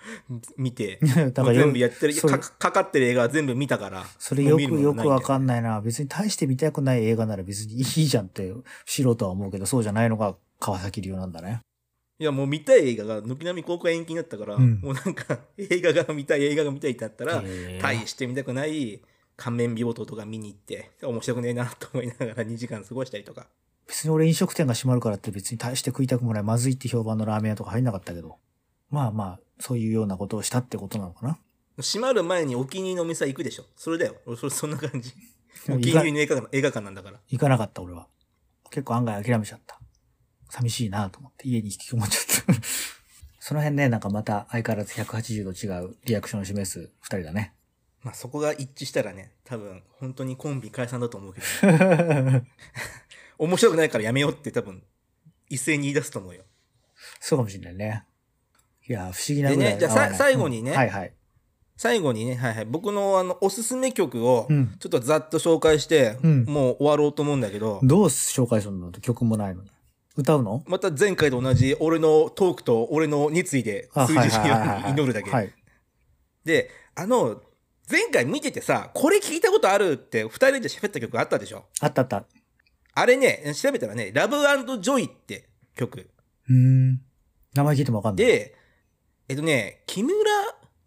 見て
[LAUGHS] だから
もう全部やってる
そう
かかかってる映画は全部見たから
それよ
もう見る
く
も
よ
のない
く
んだ
わ
よ
かんないな。別に大して見たくない映画なら別にいいじゃんって素人は思うけど、そうじゃないのが川崎流なんだね。
いやもう見たい映画が軒並み公開延期になったから、
うん
もうなんか映画が見たい映画が見たいってなったら、
へー
大して見たくない仮面美ボトとか見に行って面白くねえなと思いながら2時間過ごしたりとか
別に俺飲食店が閉まるからって別に大して食いたくもない、まずいって評判のラーメン屋とか入んなかったけど。まあまあ、そういうようなことをしたってことなのかな。
閉まる前にお気に入りのお店は行くでしょそれだよ俺それそんな感じ
で
お
も
気に
行か
入りの映画館映画館なんだから
行かなかった俺は。結構案外諦めちゃった。寂しいなと思って家に引きこもっちゃった。 [LAUGHS] その辺ね、なんかまた相変わらず180度違うリアクションを示す二人だね。 [LAUGHS]
まあそこが一致したらね多分本当にコンビ解散だと思うけど [LAUGHS] 面白くないからやめようって多分一斉に言い出すと思うよ
そうかもしれないね。いやー、不思議なぐらい合
でね
わない。
じゃあさ最後にね
うんはいはい。
最後にね、はいはい、僕のあのおすすめ曲を
うん
ちょっとざっと紹介して、
うん
もう終わろうと思うんだけど、
どう紹介するの曲もないのに。歌うの
また前回と同じ俺のトークと俺の熱意で
あ
数
はい
字
はいはいはい
に祈るだけ。
はい。
で、あの、前回見ててさ、これ聞いたことあるって2人で喋った曲あったでしょ
あったあった。
あれね、調べたらね、ラブジョイって曲。
うーん。名前聞いてもわかんない。
で、えっとね、木村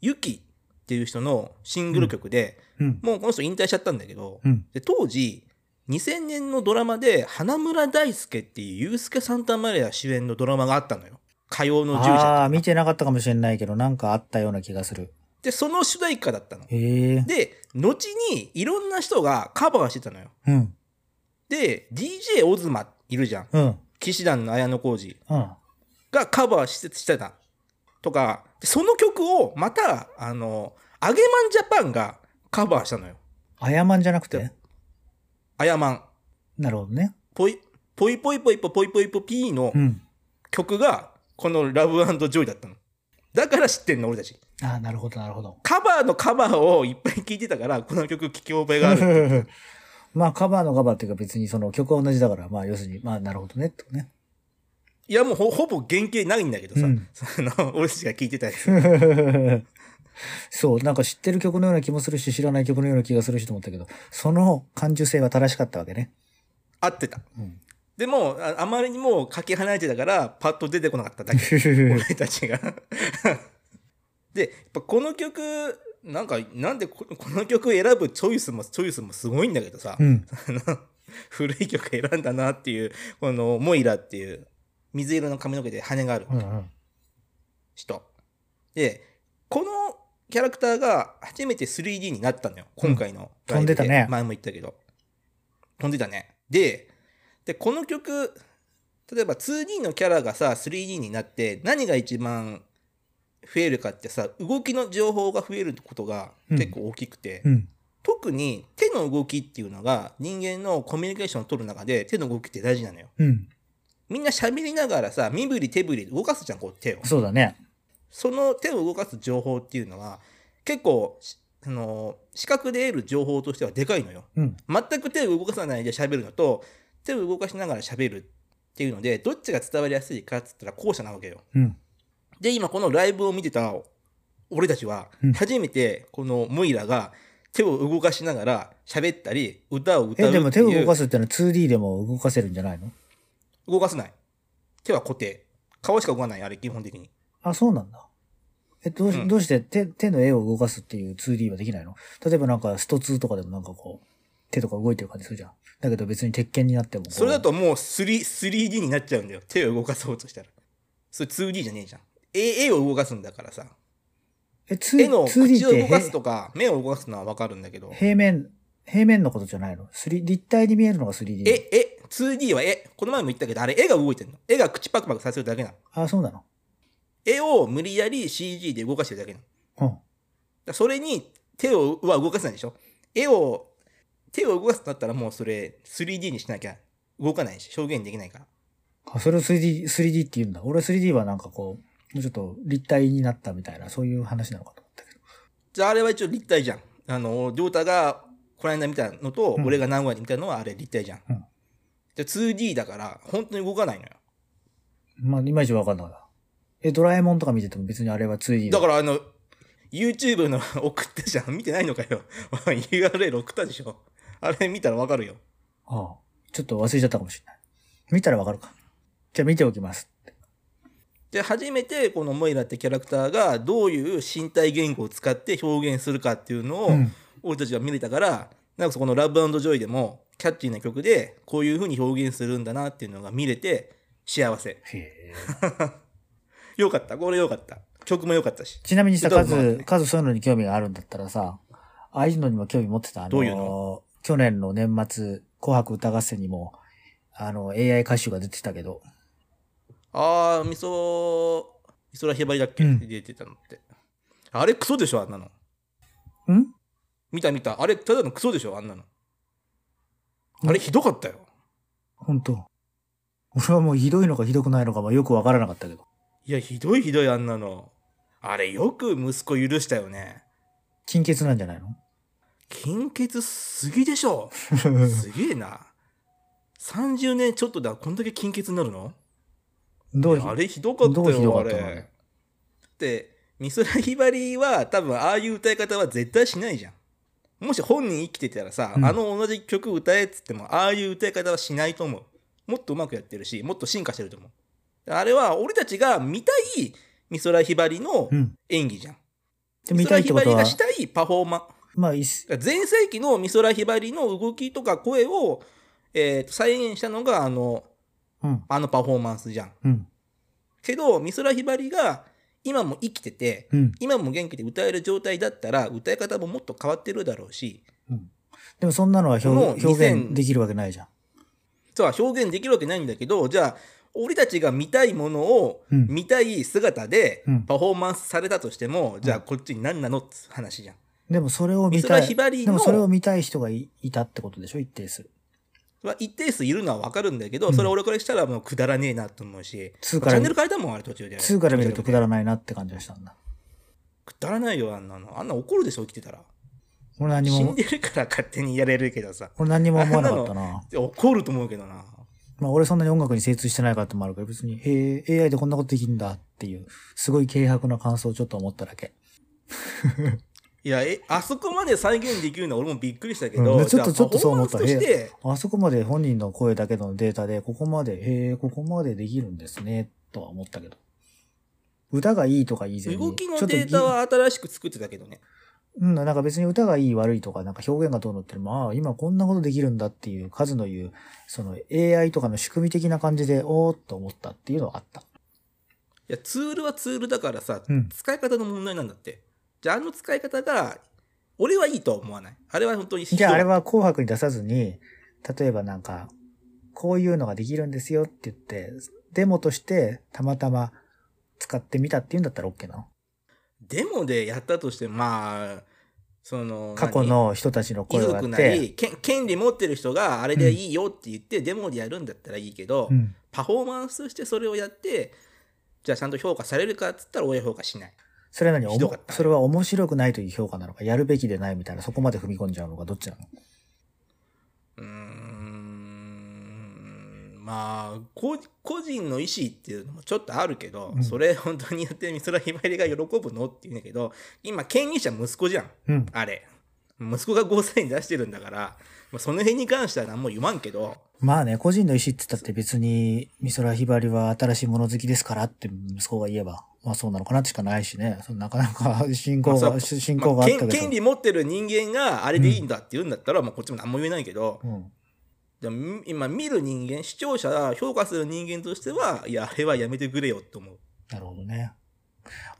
ゆきっていう人のシングル曲で、
うん。
もうこの人引退しちゃったんだけど、
うん。
で当時2000年のドラマで花村大輔っていうユースケ・サンタマリア主演のドラマがあったのよ火曜の従
あ
者
あ、見てなかったかもしれないけど、なんかあったような気がする。
でその主題歌だったの
へえ。
で後にいろんな人がカバーしてたのよ
うん。
で DJ オズマいるじゃん
うん。
騎士団の綾小路
うん。
がカバーしてしてたとかでその曲をまたあのアゲマンジャパンがカバーしたのよ
あやまんじゃなく
で
て
アヤマン
なるほどね。
ポイポイポイポイポイポイポイポイピーの
うん。
曲がこの「ラブジョイ」だったのだから知ってんの俺たち
ああ、なるほど、なるほど。
カバーのカバーをいっぱい聴いてたからこの曲聴き覚えがある
[LAUGHS] まあ、カバーのカバーっていうか別にその曲は同じだから、まあ、要するに、まあ、なるほどね、ってことね。
いやもうほほぼ原型ないんだけどさ、
うん
その俺たちが聴いてたやつ
[LAUGHS] そう、なんか知ってる曲のような気もするし、知らない曲のような気がするしと思ったけど、その感受性は正しかったわけね。
合ってた
うん。
でもああまりにもかけ離れてたからパッと出てこなかっただけ俺たちがでやっぱこの曲なんかなんでここの曲選ぶチョイスもチョイスもすごいんだけどさ、
[LAUGHS] うん。
あの古い曲選んだなっていうこのモイラっていう水色の髪の毛で羽がある
うんうん。
人でこのキャラクターが初めて 3D になったのよ今回のライブ
飛んでたね
前も言ったけど飛んでたねででこの曲例えば 2D のキャラがさ 3D になって何が一番増えるかってさ動きの情報が増えることが結構大きくて、
うん。
特に手の動きっていうのが人間のコミュニケーションを取る中で手の動きって大事なのよ。
うん。
みんな喋りながらさ、身振り手振り動かすじゃん、こう手を。
そうだね。
その手を動かす情報っていうのは結構、しあのー視覚で得る情報としてはでかいのよ。
うん。
全く手を動かさないで喋るのと、手を動かしながら喋るっていうので、どっちが伝わりやすいかっつったら後者なわけよ。
うん。
で、今このライブを見てた俺たちは
うん、
初めてこのムイラが手を動かしながら喋ったり、歌を歌うっていう。
え、でも手を動かすってのは 2D でも動かせるんじゃないの
動かせない。手は固定。顔しか動かない、あれ、基本的に。
あ、そうなんだ。え、どうし,、
うん
どうして手手の絵を動かすっていう 2D はできないの例えばなんかスト2とかでもなんかこう、手とか動いてる感じするじゃん。だけど別に鉄拳になってもこう。
それだともう 3- 3D になっちゃうんだよ。手を動かそうとしたら。それ 2D じゃねえじゃん。絵絵を動かすんだからさ。
え、
絵の
2-
口
2D
を
って
動かす
へ
とか、目を動かすのはわかるんだけど。
平面、平面のことじゃないの ?3、立体に見えるのが 3D。
え、え、2D は絵。この前も言ったけど、あれ絵が動いてんの。絵が口パクパクさせるだけなの。
あ、そうなの
絵を無理やり CG で動かしてるだけなの。だか
うん。
らそれに手をは動かせないでしょ。絵を、手を動かすとなったらもうそれ 3D にしなきゃ動かないし、表現できないから。
あ、それを 3D、3D って言うんだ。俺は 3D はなんかこう、もうちょっと立体になったみたいな、そういう話なのかと思ったけど。
じゃああれは一応立体じゃん。あの、りょうたがこの間見たのと、
うん
俺が名古屋で見たのはあれ立体じゃん。
うん
で 2D だから、本当に動かないのよ。
まあ、いまいちわかんなかった。え、ドラえもんとか見てても別にあれは 2D。
だかららあの、YouTube の送ったじゃん。見てないのかよ。URL 送ったでしょ。あれ見たらわかるよ。
ああちょっと忘れちゃったかもしれない。見たらわかるか。じゃあ見ておきます。
で初めてこのモイラってキャラクターがどういう身体言語を使って表現するかっていうのを
うん
俺たちは見れたからなんかそこの「ラブジョイ」でもキャッチーな曲でこういう風に表現するんだなっていうのが見れて幸せ
へえ。
よかったこれよかった曲もよかったし
ちなみにさ、
どうぞ
数、数そういうのに興味があるんだったらさ、ああいうのにも興味持ってたあの
どういうの
去年の年末、紅白歌合戦にも、あの、AI 歌手が出てたけど、
ああみそ美空ひばりだっけ、
うん
出てたのってあれクソでしょあんなの
ん
見た見たあれただのクソでしょあんなのあれひどかったよ
本当俺はもうひどいのかひどくないのかもよくわからなかったけど。
いやひどいひどいあんなのあれよく息子許したよね
金欠なんじゃないの [LAUGHS]
金欠すぎでしょすげえな。30年ちょっとだ、こんだけ金欠になるの
どう
あれひどかった
どうひど
よ、
か
あ
ったの
れ。で、美空ひばりは多分ああいう歌い方は絶対しないじゃん。もし本人生きてたらさ、
うん
あの同じ曲歌えっつっても、ああいう歌い方はしないと思う。もっとうまくやってるし、もっと進化してると思う。あれは俺たちが見たい美空ひばりの
うん。
演技じゃん。
で、
美
見た
空
いって
ひ
こ
ば
と
り
は
がし、たいパフォーマン
まあ、いっす。
前世紀の美空ひばりの動きとか声を、えーと再現したのがあの
うん。
あのパフォーマンスじゃん。
うん。
けど美空ひばりが今も生きてて
うん。
今も元気で歌える状態だったら歌い方ももっと変わってるだろうし
でもそんなのは
この
表表
2000
現できるわけないじゃん。
そうは表現できるわけないんだけどじゃあ俺たちが見たいものを
うん
見たい姿で
うん
パフォーマンスされたとしても、じゃあこっちに何なのって話じゃん。
でもそれを見
美
た
空ひ
い。
ばりの
でもそれを見たい人がいいたってことでしょ一定数。
まあ一定数いるのは分かるんだけど、
うん
それ俺からしたらもうくだらねえなと思うし、
2
チ
から
ャン
見
ネル変えたもんあれ途中で
2から見るとくだ
ら
らないなって感じがしたんだ。
くだらないよあんなのあんな怒るでしょ生きてたら
俺何
死ん
も、
でるから勝手にやれるけどさ
俺何にも思わなかったな。
いや怒ると思うけどな
まあ俺そんなに音楽に精通してないからってのもあるから別に、へえ、AI でこんなことできるんだっていう、すごい軽薄な感想をちょっと思っただけ。
いやえあそこまで再現できるのは俺もびっくりしたけ
う
ど、
んちょっ
じゃ
と
あ
ちょっとそう思っ
パ
た
フォーマンスとして
あそこまで本人の声だけのデータで、ここまで、へえ、ここまでできるんですね、とは思ったけど。歌がいいとか以前に。
動き
ちょ
の
っとぎ
データは新しく作ってたけどね
うん、なんか別に歌がいい悪いとか、なんか表現がどうのっていうのも、ああ、今こんなことできるんだっていう数の言う、その AI とかの仕組み的な感じで、おーっと思ったっていうのはあった。
いやツールはツールだからさ、
うん
使い方の問題なんだってじゃああの使い方が俺はいいとは思わないあれは本当にひどい
じゃああれは紅白に出さずに、例えばなんか、こういうのができるんですよって言って、デモとしてたまたま使ってみたっていうんだったら OK なの
デモでやったとしてまあその
過去の人たちの
遺
声があ
族
っ
な
て、
りけん権利持ってる人があれでいいよって言って、デモでやるんだったらいいけど、
うん、
パフォーマンスとしてそれをやってじゃあちゃんと評価されるかっつったら俺は評価しない
それは何お
ひどか
も
った
それは面白くないという評価なのか、やるべきでないみたいな、そこまで踏み込んじゃうのか、どっちなの
うーんまあこ個人の意思っていうのもちょっとあるけど、
うん
それ本当にやって美空ひばりが喜ぶのって言うんだけど今権利者息子じゃん
うん。
あれ息子が5歳に出してるんだから、まあ、その辺に関しては何も言わんけど
まあね、個人の意思って言ったって別に、美空ひばりは新しいもの好きですからって息子が言えば、まあそうなのかなってしかないしね、そのなかなか進行
ま
が、
あ
し進行があったけど。
まあ権権利持ってる人間があれでいいんだって言うんだったら、もうこっちも何も言えないけど、
うん。
でもみ今見る人間視聴者評価する人間としてはいやあれはやめてくれよって思う
なるほどね。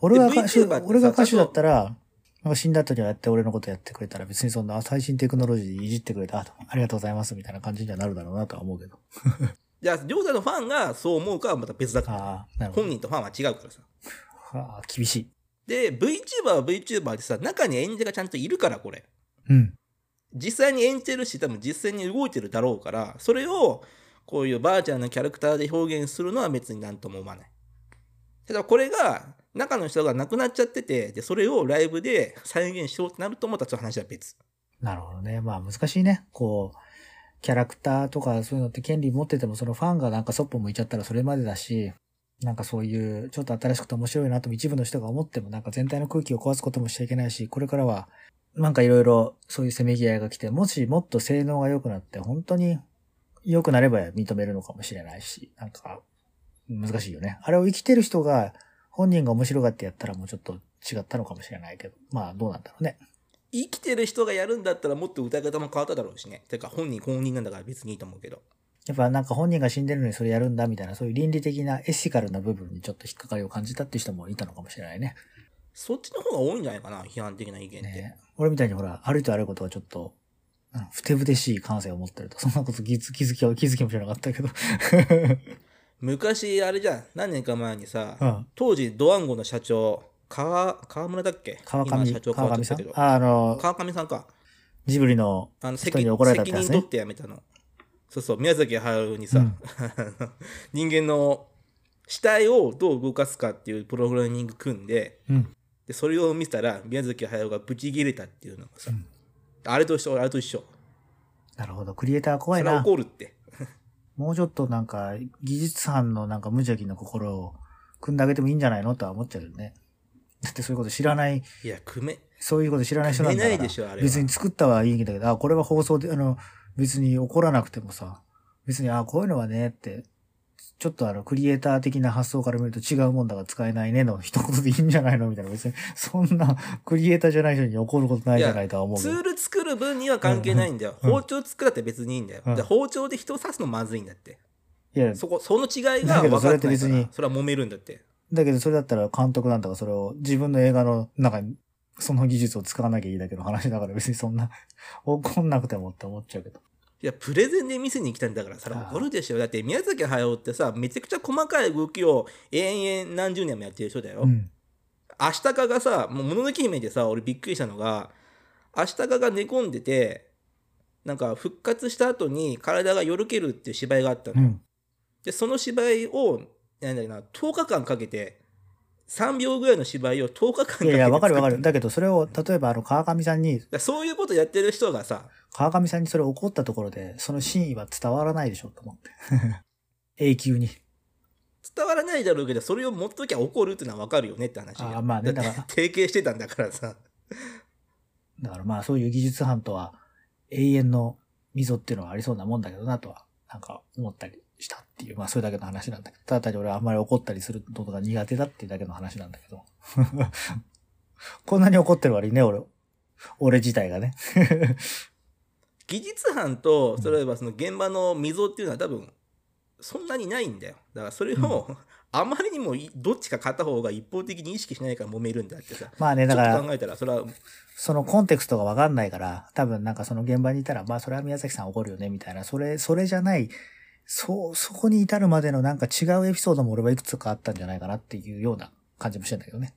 俺が歌手
VTuber って、さ
俺が歌手だったら、なんか死んだ後にはやって俺のことやってくれたら別にそんな最新テクノロジーでいじってくれた、あありがとうございますみたいな感じにはなるだろうなとは思うけど。
じゃあ両者のファンがそう思うかはまた別だから
ああ、なるほ
本
ど。
人とファンは違うからさ
はあ、厳しい。
で VTuber は VTuber でさ中に演者がちゃんといるからこれ
うん。
実際に演じてるし多分実際に動いてるだろうからそれをこういうバーチャルなキャラクターで表現するのは別になんとも思わないただこれが中の人が亡くなっちゃっててでそれをライブで再現しようってなるとまたちょっと話は別
なるほどね。まあ難しいね。こう、キャラクターとかそういうのって権利持っててもそのファンがなんかそっぽ向いちゃったらそれまでだし、なんかそういうちょっと新しくて面白いなとも一部の人が思ってもなんか全体の空気を壊すこともしちゃいけないし、これからはなんかいろいろそういうせめぎ合いが来て、もしもっと性能が良くなって本当に良くなれば認めるのかもしれないし、なんか難しいよね。あれを生きてる人が、本人が面白がってやったらもうちょっと違ったのかもしれないけど、まあどうなんだろうね。
生きてる人がやるんだったらもっと歌い方も変わっただろうしねてか本人本人なんだから別にいいと思うけど
やっぱなんか本人が死んでるのにそれやるんだみたいな、そういう倫理的なエシカルな部分にちょっと引っかかりを感じたっていう人もいたのかもしれないね。
そっちの方が多いんじゃないかな批判的な意見って、
ね俺みたいにほら、あるとあることはちょっと、うんふてぶてしい感性を持ってると、そんなこと気づ気づきは気づきもしなかったけど。
昔あれじゃん何年か前にさ、
うん
当時ドワンゴの社長川川村だっけ
川
今
上
社、長変
川
わっ
上
ちゃ
さ
った
ん
けど
ああの、
川上さんか
ジブリの、
あの
人
責
に怒られたって
責
やつね
任取ってやめたのそうそう宮崎駿にさ、
うん
[LAUGHS] 人間の死体をどう動かすかっていうプログラミング組んで
うん。
でそれを見たら宮崎駿がブチギレたっていうのがさ、
うん
あれと一緒あれと一緒
なるほど。クリエイター怖
そ
い
れは
な。
怒るって
もうちょっとなんか、技術班のなんか無邪気な心を組んであげてもいいんじゃないのとは思っちゃうよね。だってそういうこと知らない、
いやくめ
そういうこと知らない人なんだか
組め
ら。
ないでしょあれは
別に作ったはいいんだけど、あ、これは放送で、あの、別に怒らなくてもさ、別に、あ、こういうのはねって、ちょっとあの、クリエイター的な発想から見ると違うもんだから使えないねの一言でいいんじゃないのみたいな。別に、そんな、クリエイターじゃない人に怒ることないじゃないとは思うけ
ツ
ど。
ール作る分には関係ないんだよ、
うんうん
包丁作らって別にいいんだよ、
うん
で包丁で人を刺すのまずいんだって
いや、
そこその違い
だ
が分かって
けど
ないから
そ
そ
れって
れ
別に
は揉めるんだって
だけどそれだったら監督なんだからそれを自分の映画の中にその技術を使わなきゃいいだけの話だから別にそんな怒んなくてもって思っちゃうけど。
いやプレゼンで見せに来たんだからそれは怒るでしょだって宮崎駿ってさめちゃくちゃ細かい動きを延々何十年もやってる人だよ、
うん。
アシタカがさ、もうもののけ姫でさ、俺びっくりしたのが、アシタカが寝込んでて、なんか復活した後に体がよろけるっていう芝居があった
う
の。
ん。
で、その芝居を、なんだっけな、10日間かけて、3秒ぐらいの芝居を10日間かけ
い
て
やいや、わかるわか
作った
る。
のだ
だけどそれを、例えばあの川上さんに、
からそういうことやってる人がさ、
川上さんにそれ怒ったところで、その真意は伝わらないでしょと思って。 [LAUGHS] 永久に。
伝わらないだろうけど、それを持っときゃ怒るってのはわかるよねって話よ
あーまあね
だって
だから
提携してたんだからさ。
だからまあそういう技術班とは永遠の溝っていうのはありそうなもんだけどなとは、なんか思ったりしたっていう、まあそれだけの話なんだけど、ただ単に俺はあんまり怒ったりすることが苦手だっていうだけの話なんだけど。 [LAUGHS] こんなに怒ってる割にね、俺、俺自体がね。 [LAUGHS]
技術班とそれはその現場の溝っていうのは多分そんなにないんだよだからそれを、あまりにもいどっちか片方が一方的に意識しないから揉めるんだってさ
まあね、だか
ちょっと
ら、
考えたらそれは
そのコンテクストがわかんないから、多分なんかその現場にいたら、まあそれは宮崎さん怒るよね、みたいな、それ、それじゃない、そう、そこに至るまでのなんか違うエピソードも俺はいくつかあったんじゃないかなっていうような感じもしてんだけどね。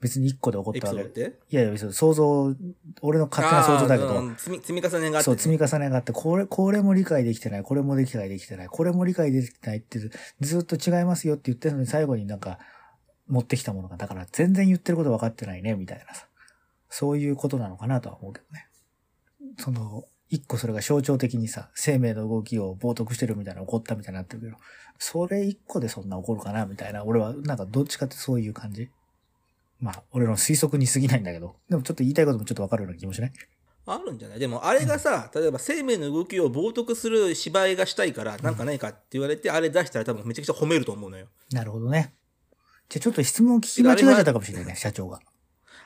別に一個で怒っ
エピ
た
ソ
わ
ード
け
っ。て
いやいや、そう想像、俺の勝手な想像だけ
あー
ど、
うん積み積み重ねがあって
そ
ね、
う、積み重ねがあって、これ、これも理解できてない、これも理解できてない、これも理解できてないって、ずっと違いますよって言ってるのに、最後になんか、持ってきたものが、だから全然言ってること分かってないね、みたいなさ。そういうことなのかなとは思うけどね。その、一個それが象徴的にさ、生命の動きを冒涜してるみたいな怒ったみたいになってるけど、それ一個でそんな怒るかな、みたいな。俺は、なんかどっちかってそういう感じ。まあ、俺の推測に過ぎないんだけど、でもちょっと言いたいこともちょっと分かるような気もしない
あるんじゃないでもあれがさ例えば生命の動きを冒涜する芝居がしたいからなんかないかって言われてあれ出したら多分めちゃくちゃ褒めると思うのよ
なるほどね。じゃあちょっと質問を聞き間違えちゃったかもしれないね、社長が。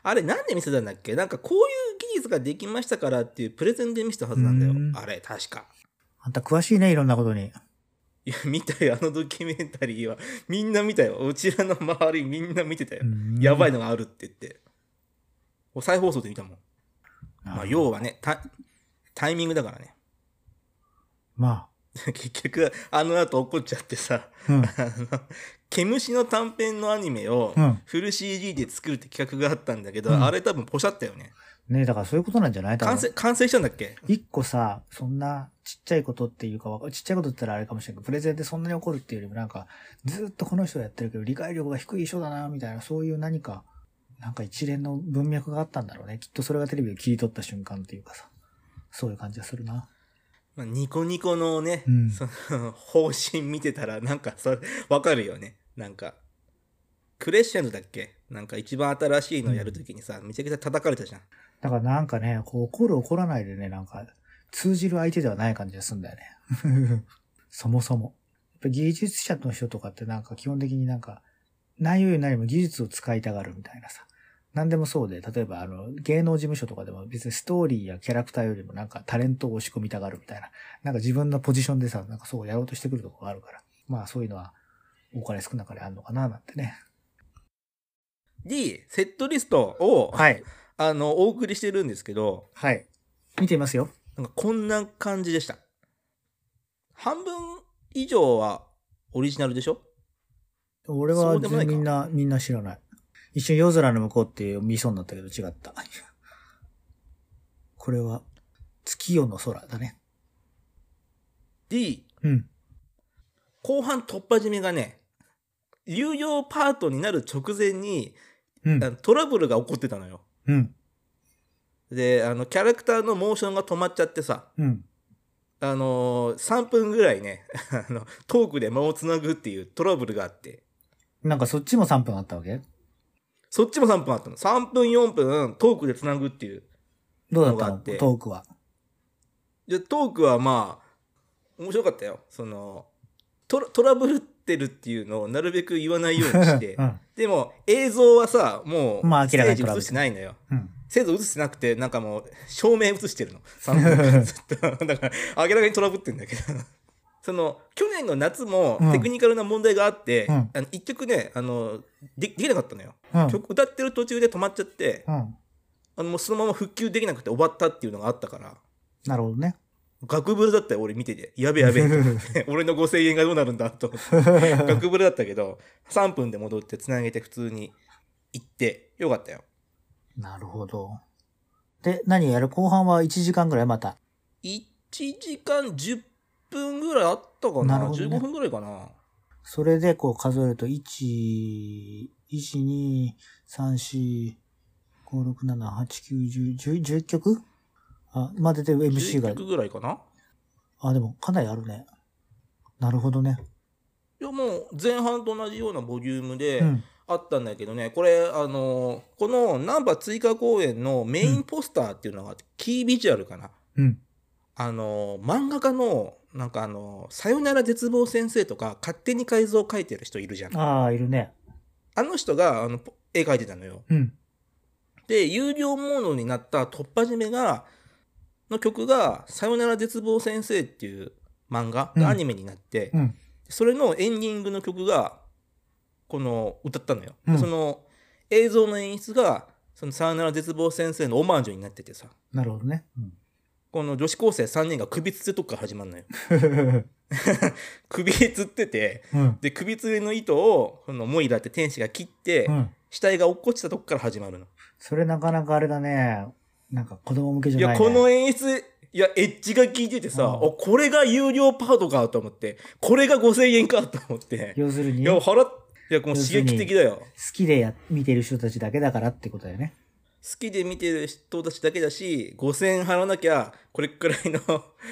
あれなんで見せたんだっけなんかこういう技術ができましたからっていうプレゼンで見せたはずなんだよ
うん
あれ確か
あんた詳しいね、いろんなことに。
いや、見たよ、あのドキュメンタリーは。みんな見たよ。うちらの周りみんな見てたよ。やばい
な。
のがあるって言って。お再放送で見たもん。まあ、要はね、タタイミングだからね。 [LAUGHS]
ま
結局、あの後怒っちゃってさ、 [LAUGHS]
あ、うん。
あの、毛虫の短編のアニメを
うん
フル CG で作るって企画があったんだけど、
うん
あれ多分ポシャったよね。
ねだからそういうことなんじゃないだか
完
ら
成、完成したんだっけ
一個さ、そんなちっちゃいことっていうかわか、ちっちゃいことって言ったらあれかもしれないけど、プレゼンでそんなに起こるっていうよりもなんか、ずっとこの人やってるけど、理解力が低い人だな、みたいな、そういう何か、なんか一連の文脈があったんだろうね。きっとそれがテレビを切り取った瞬間っていうかさ、そういう感じがするな。
まあ、ニコニコのね、
うん
その [LAUGHS] 方針見てたらなんかそれわかるよねなんかクレッシェンドだっけなんか一番新しいのやるときにさ、めちゃくちゃ叩かれたじゃん
だからなんかね、こう怒る怒らないで [LAUGHS] ね、なんか通じる相手ではない感じがするんだよね。そもそも。技術者の人とかってなんか基本的になんか、内容より何も技術を使いたがるみたいなさ。何でもそうで、例えばあの、芸能事務所とかでも別にストーリーやキャラクターよりもなんかタレントを押し込みたがるみたいな。なんか自分のポジションでさ、なんかそうやろうとしてくるとこがあるから。まあそういうのは、お金少なかれあるのかななんてね。
D、セットリストを、
はい。
あの、お送りしてるんですけど、
はい。見てみますよ。
なんかこんな感じでした。半分以上はオリジナルでしょ
俺
そ
は
うでもないか
みんな、みんな知らない。一瞬夜空の向こうって見そうになったけど違った。 [LAUGHS] これは、月夜の空だね。
?D、
うん。
後半突破締めがね、有料パートになる直前に、
う
あ
ん。
のトラブルが起こってたのよ。
うん。
で、あの、キャラクターのモーションが止まっちゃってさ、
うん。
あのー、3分ぐらいね、 [LAUGHS] あの、トークで間をつなぐっていうトラブルがあって、
なんかそっちも3分あったわけ
そっちも3分あったの。3分、4分、トークでつなぐっていう。
どうだっ
の
た
があ
の
って
トークは。
で、トークはまあ、面白かったよ。その、トラトラブルってるっていうのをなるべく言わないようにして
[LAUGHS] う、ん。
でも映像はさ、もう、
まあ
ステ
明らか
ー
に
ジ
トラブ
映
ル
してないのよ。
うん。
制度映してなくて、なんかもう、照明映してるの。3分ずっと [LAUGHS] だから、明らかにトラブってんだけど。その、去年の夏も
うん
テクニカルな問題があって、
うん
あの一曲ね、あので、できなかったのよ。
うん。
曲歌ってる途中で止まっちゃって、
うん。
あのもうそのまま復旧できなくて終わったっていうのがあったから、
なるほどね。
学ぶれだったよ、俺見てて。やべやべ。俺の5000円がどうなるんだと。学ぶれだったけど、3分で戻って繋げて普通に行って、よかったよ。
[LAUGHS] なるほど。で、何やる後半は1時間ぐらいまた。
1時間10分ぐらいあったかな
なるほどね
15分ぐらいかな
それでこう数えると、1、1、2、3、4、5、6、7、8、9、10、10、10曲あ、までで MC が
11、曲ぐらいかな
あ、でもかなりあるね。なるほどね。
いやもう前半と同じようなボリュームで
うん。
あったんだけどね、これあのこのナンバー追加公演のメインポスターっていうのがあってキービジュアルかな
うん。
あの漫画家のなんかあの「さよなら絶望先生」とか勝手に改造を描いてる人いるじゃんあ
ああ、いるね。
の人があのポ絵描いてたのよ
うん。
で有料モードになった突破締めがの曲が「さよなら絶望先生」っていう漫画
うん
がアニメになって、
うん。
それのエンディングの曲がこの歌ったのよ、で
うん
その映像の演出がその「さよなら絶望先生」のオマージュになっててさ
なるほどね。うん
この女子高生3人が首つってとこから始ま
[LAUGHS]
るのよ首つってて
うん。
で首つりの糸をこのモイラって天使が切って、
[LAUGHS] うん。
死体が落っこちたとこから始まるの
それなかなかあれだね。なんか子供向けじ
い
ゃな
や、
い、ね。
この演出、いや、エッジが効いててさ、
うん
お、これが有料パートかと思って、これが5000円かと思って、
要する
い
に、
や、
好
払っ、いや、もう刺激的だよ。
きでや見てる人たちだけだからってことだよね。
好きで見てる人たちだけだし、5000円払わなきゃ、これくらいの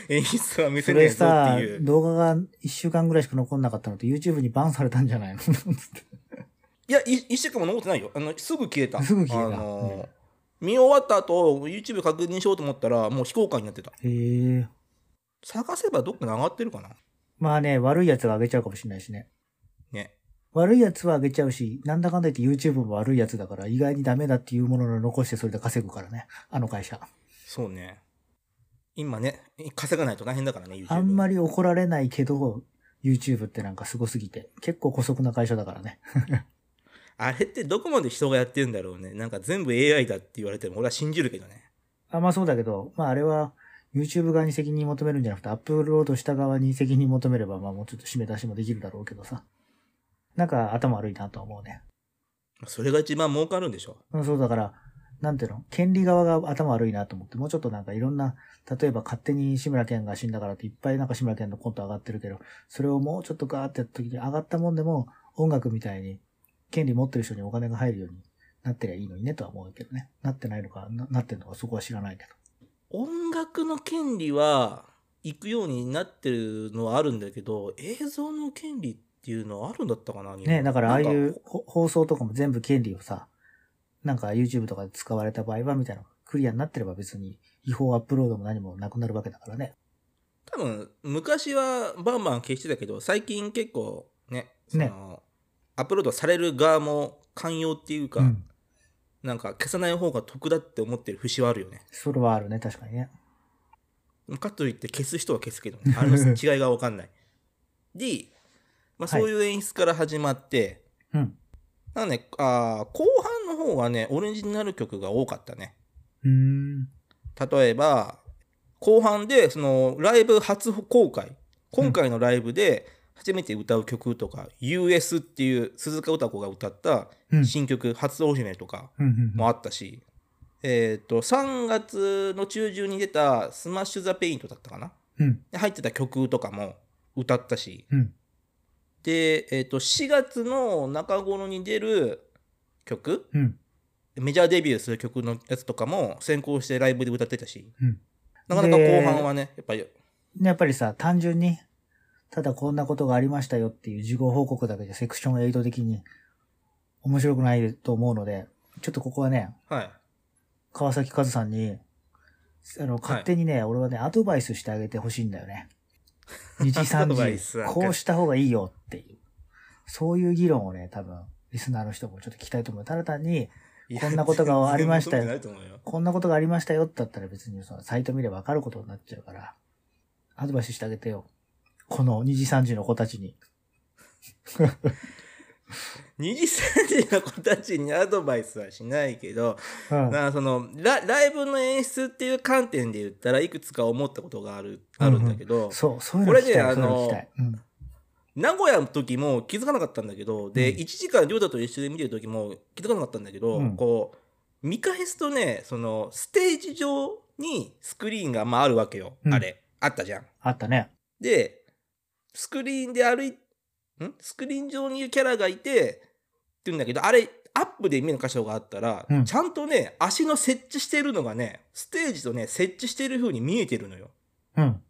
演出は見
そ
せねえ
れ
ぞ
さ
っていう。
動画が一週間ぐらいしか残んなかったのって YouTube にバンされたんじゃないの [LAUGHS] つって
いや、い一週間も残ってないよ。あの、すぐ消えた。
すぐ消えた
あの見終わった後、YouTube 確認しようと思ったら、もう非公開になってた。
へえ。
探せばどっかに上がってるかな
まあね、悪いやつはあげちゃうかもしれないしね。
ね。
悪いやつはあげちゃうし、なんだかんだ言って YouTube も悪いやつだから、意外にダメだっていうものを残してそれで稼ぐからね。あの会社。
そうね。今ね、稼がないと大変だからね、YouTube。
あんまり怒られないけど、YouTube ってなんかすごすぎて。結構古速な会社だからね。
あれってどこまで人がやってんだろうね。なんか全部 AI だって言われても俺は信じるけどね。
あまあそうだけど、まああれは YouTube 側に責任求めるんじゃなくて、アップロードした側に責任求めれば、まあもうちょっと締め出しもできるだろうけどさ。なんか頭悪いなとは思うね。
それが一番儲かるんでしょ。
うんそうだから、なんていうの権利側が頭悪いなと思って、もうちょっとなんかいろんな、例えば勝手に志村けんが死んだからっていっぱいなんか志村けんのコント上がってるけど、それをもうちょっとガーってやった時に上がったもんでも、音楽みたいに権利持ってる人にお金が入るようになってりゃいいのにねとは思うけどね。なってないのか、ななってんのかそこは知らないけど。
音楽の権利は行くようになってるのはあるんだけど、映像の権利っていうのはあるんだったかな。日本
ねだからああい
なん
う
か
ほ放送とかも全部権利をさ、なんか YouTube とかで使われた場合はみたいなのがクリアになってれば別に違法アップロードも何もなくなるわけだからね。
多分昔はバンバン消してたけど最近結構ねその
ね
アップロードされる側も寛容っていうか、
うん。
なんか消さない方が得だって思ってる節はあるよね
それはあるね、確かにね。
かといって消す人は消すけど、ね、あの違いが分かんないで、まあ、
はい
そういう演出から始まって、
うん。
なんかねあー後半の方はねオリジナル曲が多かったね
うーん。
例えば後半でそのライブ初公開今回のライブで初めて歌う曲とか「US」っていう鈴鹿歌子が歌った
うん。
新曲「初お姫」とか
うんうんうん
もあったし、えっと3月の中旬に出た「スマッシュ・ザ・ペイント」だったかな
うん。
で入ってた曲とかも歌ったし
うん。
で、えっと4月の中頃に出る曲
うん。
メジャーデビューする曲のやつとかも先行してライブで歌ってたし、
うん
なかなか後半はねやっぱり
やっぱりさ、単純に、ただこんなことがありましたよっていう事後報告だけじゃセクション8的に面白くないと思うので、ちょっとここはね、
はい
川崎和さんに、あの、勝手にね、俺はね、アドバイスしてあげてほしいんだよ
[LAUGHS]
ね。二次
ア
三
ドバイ
次
ス、
こうした方がいいよっていう。そういう議論をね、多分、リスナーの人もちょっと聞きたいと思う。ただ単に、
いや
[LAUGHS] こんなことがありましたよ
全然求めてないと思うよ
こんなことがありましたよってだったら別にそのサイト見ればわかることになっちゃうから、アドバイスしてあげてよ。この二次三次の子たちに。
[LAUGHS] 二次三次の子たちにアドバイスはしないけど、
うん。
なそのラライブの演出っていう観点で言ったらいくつか思ったことがあるあるんだけど、
そう、そういうの聞きたい。
これね
そういうの聞きたい。うん。
名古屋の時も気づかなかったんだけどで、
うん
1時間亮太と一緒で見てる時も気づかなかったんだけど、
うん
こう見返すとねそのステージ上にスクリーンが、まあ、あるわけよ、
うん
あれあったじゃん。
あったね。
でスクリーンで歩いんスクリーン上にいるキャラがいてって言うんだけどあれアップで見る箇所があったら、
うん
ちゃんとね足の設置してるのがねステージとね設置してる風に見えてるのよ。
うん。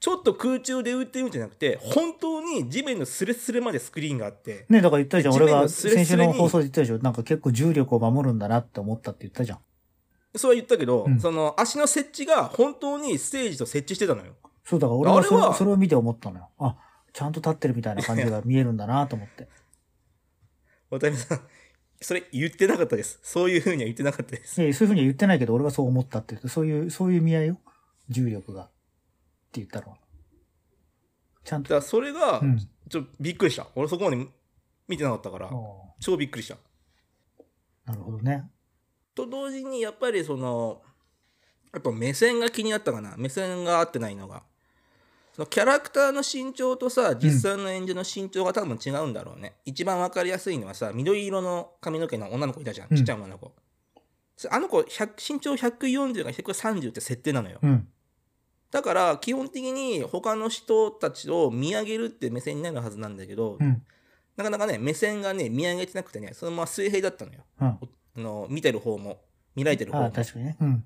ちょっと空中で浮いてるんじゃなくて本当に地面のスレスレまでスクリーンがあって
ねだから言ったじゃん。
地面
俺
の
が
スレスレ
先
に
週の放送で言ったでしょ。なんか結構重力を守るんだなって思ったって言ったじゃん。
それは言ったけど、
うん
その足の設置が本当にステージと設置してたのよ。
そうだから俺はそれ
あれは
それを見て思ったのよ。あ、ちゃんと立ってるみたいな感じが見えるんだなと思 [LAUGHS] って。
渡辺さん、それ言ってなかったです。そういうふうには言ってなかったです。
いやそういうふうには言ってないけど、俺はそう思ったって言うと、そういう、そういう意味合いよ。重力が。って言ったのは。ちゃん
だか
と。
らそれが、
うん。
ちょっとびっくりした。俺そこまで見てなかったから、
お
超びっくりした。
ーなるほどね。
と同時にやっぱりその、あと目線が気になったかな。目線が合ってないのが。そのキャラクターの身長とさ、実際の演者の身長が多分違うんだろうね。一番わかりやすいのはさ、緑色の髪の毛の女の子いたじゃん。
うん
ちっちゃい女の子。そあの子、100身長140が130って設定なのよ。
うん。
だから、基本的に他の人たちを見上げるって目線になるはずなんだけど、
うん。
なかなかね、目線がね、見上げてなくてね、そのまま水平だったのよ。
うん。
あの見てる方も、見られてる方
ああ、
も。
確かにね。うん。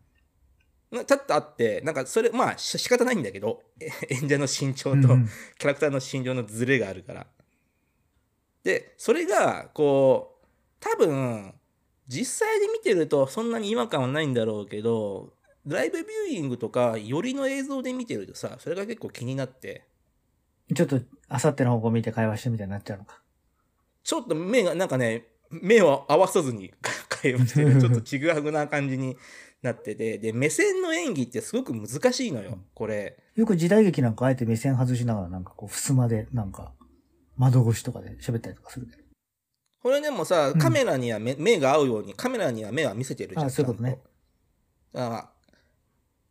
なちょっとあって、なんかそれ、まあし仕方ないんだけど、 [LAUGHS] え演者の身長
うん
と
うん
キャラクターの身長のズレがあるから。で、それが、こう、多分、実際で見てるとそんなに違和感はないんだろうけど、ライブビューイングとか、よりの映像で見てるとさ、それが結構気になって、
ちょっと、あさっての方向見て会話してみたいになっちゃうのか。
ちょっと目が、なんかね、目を合わさずに [LAUGHS] 会話して
[LAUGHS]
る、ちょっとちぐはぐな感じになってて、で、目線の演技ってすごく難しいのよ、これ。
よく時代劇なんかあえて目線外しながらなんかこう、襖で、なんか、窓越しとかで喋ったりとかするけど。
これでもさ、
うん
カメラには目目が合うように、カメラには目は見せてるじゃん。
あそういうことね
ちゃんと。だから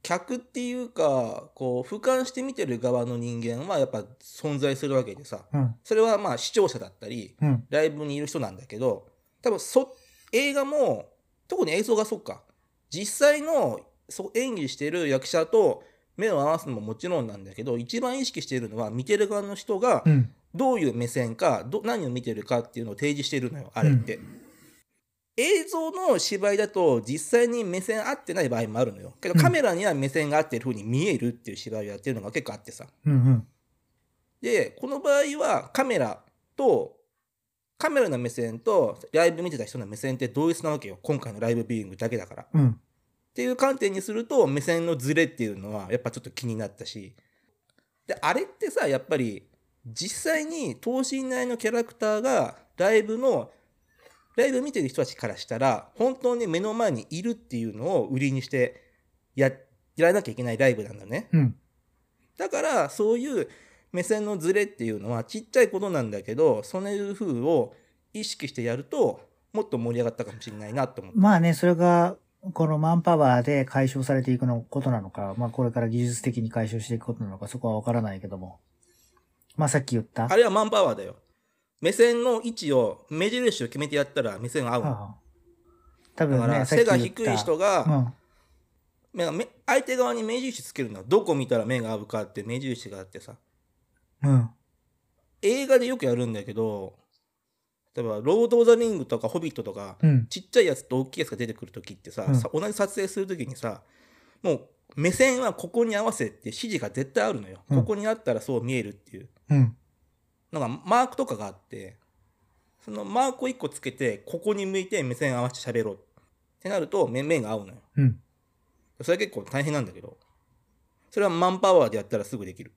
客っていうか、こう、俯瞰して見てる側の人間はやっぱ存在するわけでさ、
うん。
それはまあ視聴者だったり、
うん。
ライブにいる人なんだけど多分そ映画も特に映像がそっか実際のそ演技してる役者と目を合わすのももちろんなんだけど一番意識しているのは見てる側の人が
うん。
どういう目線かど何を見てるかっていうのを提示してるのよあれって、映像の芝居だと実際に目線合ってない場合もあるのよけど
うん
カメラには目線が合ってる風に見えるっていう芝居をやってるのが結構あってさ
うん。うん。
でこの場合はカメラとカメラの目線とライブ見てた人の目線って同一なわけよ今回のライブビューイングだけだから。っ
うん。
ていう観点にすると目線のズレっていうのはやっぱちょっと気になったしであれってさやっぱり実際に等身大のキャラクターがライブのライブ見てる人たちからしたら本当に目の前にいるっていうのを売りにしてややらなきゃいけないライブなんだね
うん。
だからそういう目線のズレっていうのはちっちゃいことなんだけどそういう風を意識してやるともっと盛り上がったかもしれないなと思って
まあね、それが、このマンパワーで解消されていくのことなのか、まあこれから技術的に解消していくことなのか、そこはわからないけども。まあさっき言った。
あれはマンパワーだよ目線の位置を目印を決めてやったら目線が合うの
はあ
だ
多分
から
ね、さっ
背
き言
が
った
低い人
う
が、
ん。
目が目相手側に目印つけるのはどこ見たら目が合うかって目印があってさ
うん。
映画でよくやるんだけど例えば「ロード・オブ・ザ・リング」とか「ホビット」とか
うん。
ちっちゃいやつと大きいやつが出てくる時ってさ,
うん
さ、同じ撮影する時にさもう目線はここに合わせって指示が絶対あるのよ、
うん
ここにあったらそう見えるっていう
うん。
なんかマークとかがあってそのマークを1個つけてここに向いて目線合わせて喋ろうってなると目目が合うのよ
うん。
それは結構大変なんだけどそれはマンパワーでやったらすぐできる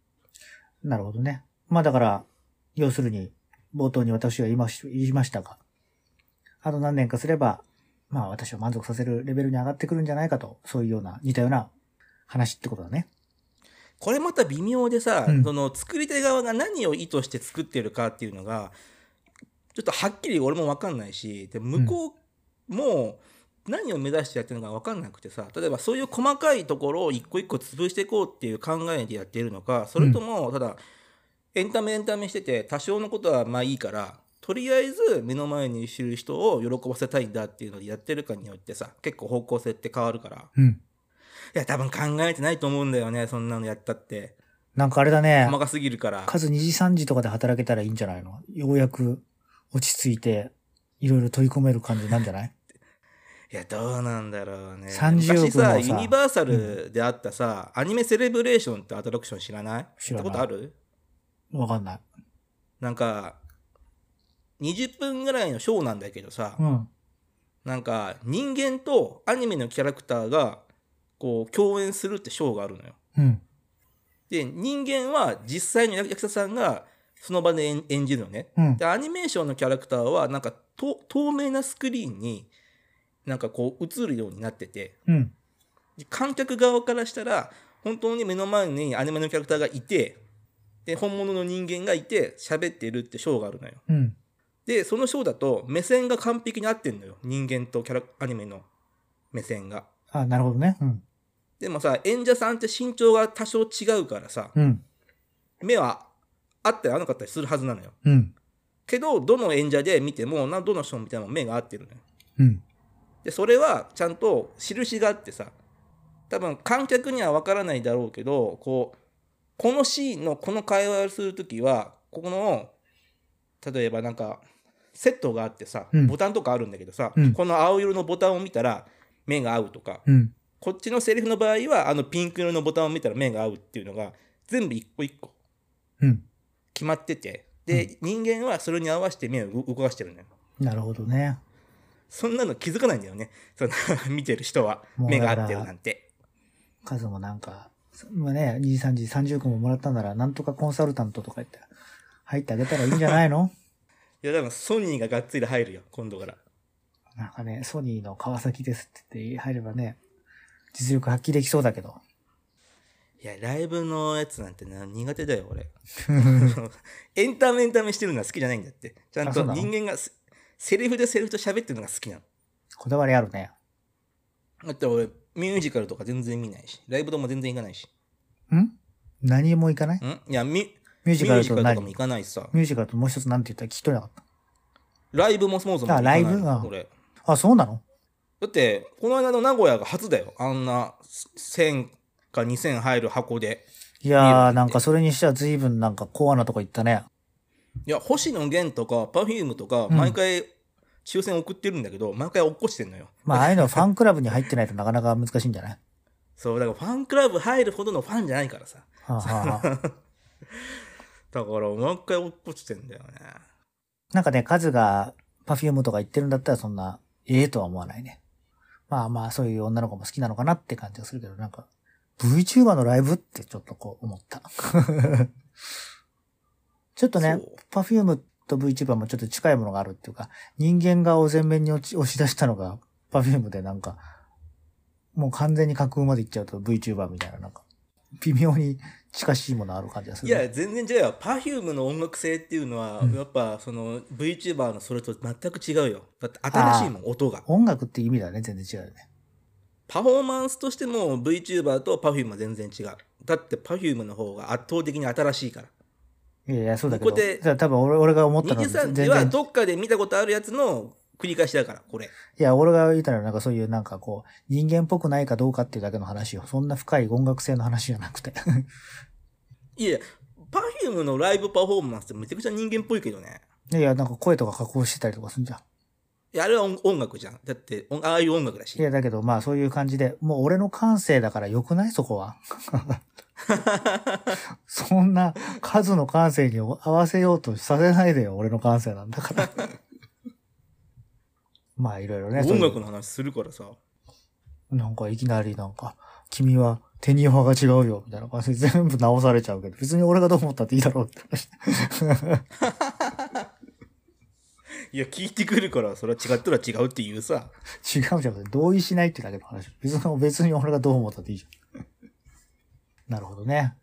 なるほどね。まあだから、要するに、冒頭に私は言いまし言いましたが、あと何年かすれば、まあ私を満足させるレベルに上がってくるんじゃないかと、そういうような、似たような話ってことだね。
これまた微妙でさ、
うん
その作り手側が何を意図して作ってるかっていうのがちょっとはっきり俺も分かんないしで向こうも何を目指してやってるのか分かんなくてさ例えばそういう細かいところを一個一個潰していこうっていう考えでやってるのかそれともただエンタメエンタメしてて多少のことはまあいいからとりあえず目の前にいる人を喜ばせたいんだっていうのでやってるかによってさ結構方向性って変わるから
うん。
いや多分考えてないと思うんだよねそんなのやったって。
なんかあれだね。
細かすぎるから
数2時3時とかで働けたらいいんじゃないのようやく落ち着いて、いろいろ取り込める感じなんじゃない
いやどうなんだろうね
30
昔さ
分をさ
ユニバーサルであったさ、アニメセレブレーションってアトラクション知らない
知らない
やったことある
わかんない。
なんか20分ぐらいのショーなんだけどさ、
うん。
なんか人間とアニメのキャラクターがこう共演するってショーがあるのよ
うん。
で人間は実際の役者さんがその場で演演じるのね
うん
で。アニメーションのキャラクターはなんかと透明なスクリーンになんかこう映るようになってて
うん。
観客側からしたら本当に目の前にアニメのキャラクターがいてで本物の人間がいて喋ってるってショーがあるのよ
うん。
でそのショーだと目線が完璧に合ってんのよ人間とキャラアニメの目線が
あ、なるほどね。うん。
でもさ演者さんって身長が多少違うからさ
うん。
目は合ったり合わなかったりするはずなのよ
うん。
けどどの演者で見てもなどの人を見ても目が合ってるのよ
うん。
でそれはちゃんと印があってさ多分観客には分からないだろうけどこうこのシーンのこの会話をする時はここの例えばなんかセットがあってさ、
うん
ボタンとかあるんだけどさ、
うん
この青色のボタンを見たら目が合うとか、
うん。
こっちのセリフの場合はあのピンク色のボタンを見たら目が合うっていうのが全部一個一個
うん。
決まっててで、人間はそれに合わせて目を動動かしてるのよ
なるほどね。
そんなの気づかないんだよね。その [LAUGHS] 見てる人は
もう
目が合ってるなんて。
カズもなんか、まあね、2時3時30分ももらったなら、なんとかコンサルタントとか言って、入ってあげたらいいんじゃない [LAUGHS] の
いや、でもソニーががっつり入るよ、今度から。
なんかね、ソニーの川崎ですって言って入ればね、実力発揮できそうだけど。 [LAUGHS]
いや、ライブのやつなんてな苦手だよ、俺。 [LAUGHS] エンタメエンタメしてるのは好きじゃないんだって。ちゃん
あ
と
そうなの
人間がすセリフでセリフと喋ってるのが好きなの。
こだわりあるね。
だって俺、ミュージカルとか全然見ないし、ライブとも全然行かないし。
ん何もいかない
んいや、ミュ
ミュー
ミュージ
ジ
カ
カ
ル
ル
と
と
か
何
も行かないしさ。
ミュージカルともう一つなんて言ったら聞き取れなかっ
ライブもそもそも行か
あ
ない
ライブあ
俺。
た。あ、そうなの
だって、この間の名古屋が初だよ。あんな1000か2000入る箱で。
い
いいよ
や
だっ
ー、
て
なんかそれにしては随分なんかコアなとこ行ったね。
いや星野源とか Perfume とか
ん
毎回抽選送ってるんだけど、毎回落っこちてんのよ
まあ、ああいうのはファンクラブに入ってないとなかなか難しいんじゃない
[LAUGHS] そうだからファンクラブ入るほどのファンじゃないからさ
はあ、はあはあ、
だから毎回落っこちてんだよね
なんかね、カズがパフュームとか言ってるんだったらそんな、ええとは思わないね。まあまあ、そういう女の子も好きなのかなって感じがするけど、なんか、 VTuber のライブってちょっとこう思った。 [LAUGHS] ちょっとね
そう、
Perfume と VTuber もちょっと近いものがあるっていうか、人間側を前面に押し [LAUGHS] 押し出したのが Perfume でなんか、もう完全に架空まで行っちゃうと VTuber みたいななんか、微妙に近しいものある感じがす
い
るね、
や全然違うよ Perfume の音楽性っていうのは、
うん
やっぱその VTuber のそれと全く違うよだって新しいもん音が
音楽って意味だね、全然違うよね。
パフォーマンスとしても VTuber と Perfume は全然違うだって Perfume の方が圧倒的に新しいから
いやいや、そうだけど。
ここで
ただ多分俺俺が思ったのは
23
全
時は
然。
どっかで見たことあるやつの繰り返しだからこれ
いや、俺が言ったのはなんかそういうなんかこう、人間っぽくないかどうかっていうだけの話よ。そんな深い音楽性の話じゃなくて。 [LAUGHS]
いや Perfume のライブパフォーマンスってめちゃくちゃ人間っぽいけどね
いや、なんか声とか加工してたりとかすんじゃん。
いやあれは音音楽じゃんだっておああいう音楽だし
いや、だけどまあそういう感じで、もう俺の感性だから良くないそ
[LAUGHS]
こは。そんな数の感性に合わせようとさせないでよ。俺の感性なん
[LAUGHS]
だから。まあいろいろね。そうい
音
う
楽の話するからさ
なんかいきなりなんか、君は手に派が違うよ、みたいな感じで [LAUGHS] 全部直されちゃうけど、別に俺がどう思ったっていいだろうって [LAUGHS] 話。
いや聞いてくるからそれは違ったら違うっていうさ
違うじゃん、同意しないってだけの話。別に別に俺がどう思ったっていいじゃん。なるほどね。